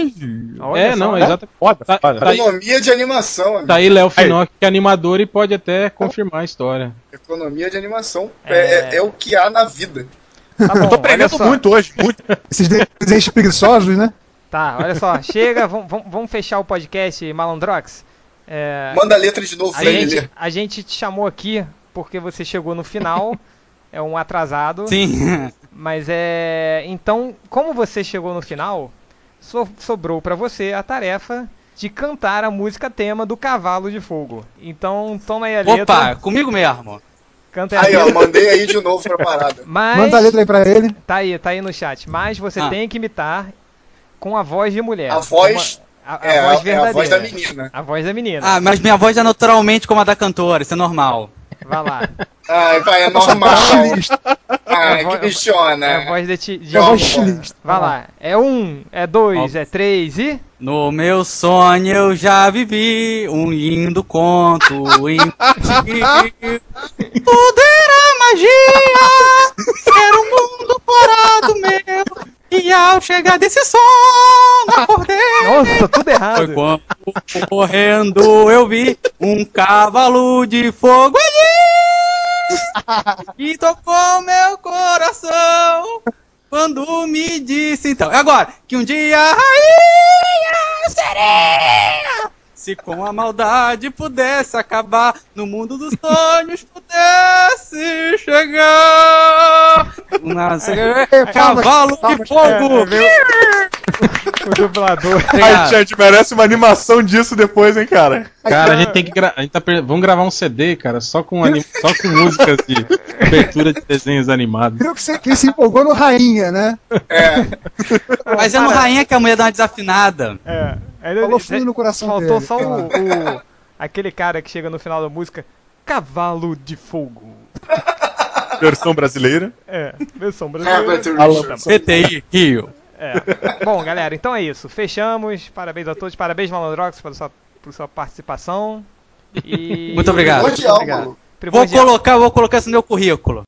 Olha é, só, não, né? é exatamente. Foda, Tá- foda. tá aí. Economia de animação, amigo. Tá aí Léo Aí. Finock, que é animador e pode até confirmar a história. Economia de animação É. é, é- é o que há na vida. Tá bom, Eu tô aprendendo muito hoje, muito. Esses desenhos preguiçosos, né? Tá, olha só, chega, vamos vamos- vamos fechar o podcast, Malandrox. É, Manda a letra de novo a, pra ele gente, ler. a gente te chamou aqui porque você chegou no final, é um atrasado. [laughs] Sim. Mas é. Então, como você chegou no final, so- sobrou pra você a tarefa de cantar a música tema do Cavalo de Fogo. Então, toma É aí a letra. Opa, comigo mesmo. Canta aí a Aí, ó, [laughs] letra. mandei aí de novo pra parada. Mas. Manda a letra aí pra ele. Tá aí, tá aí no chat. Mas você Ah. tem que imitar com a voz de mulher. A voz- É. Uma- a, a É, voz é verdadeira. a voz da menina. A voz da menina. Ah, mas minha voz é naturalmente como a da cantora, isso é normal. Vai lá. Ai, vai, é normal. Estilista. Ai, Eu que vou- bichona. É a voz de, ti- de Eu homem. vou- estilista. Vai lá. É um, é dois, é três e. No meu sonho eu já vivi um lindo conto [laughs] infantil. Tudo era magia, era um mundo fora do meu. E ao chegar desse sono, acordei. Nossa, tudo errado. Foi quando correndo eu vi um cavalo de fogo ali e tocou meu coração quando me disse então. é Agora que um dia a rainha sereia se com a maldade pudesse acabar no mundo dos sonhos pudesse chegar. Nossa, cavalo de fogo. O dublador. Ai, chat, merece uma animação disso depois, hein, cara? Cara, a gente tem que gra... a gente tá per- vamos gravar um CD, cara, só com anim... só com músicas de abertura de desenhos animados. Viu que você que ele se empolgou no Rainha, né? Mas é no rainha que a mulher dá uma desafinada. É. Ele- Falou ele- fundo no coração Faltou dele. só o, cara. o- aquele cara que chega no final da música, cavalo de fogo. Versão brasileira. É, versão brasileira. Herbert Richards. PTI Rio. É. [laughs] Bom, galera, então é isso. Fechamos. Parabéns a todos. Parabéns, Malandrox, pela sua, por sua participação. E- Muito obrigado. Muito Primordial, obrigado. maluco. Vou Primordial. colocar, vou colocar isso no meu currículo.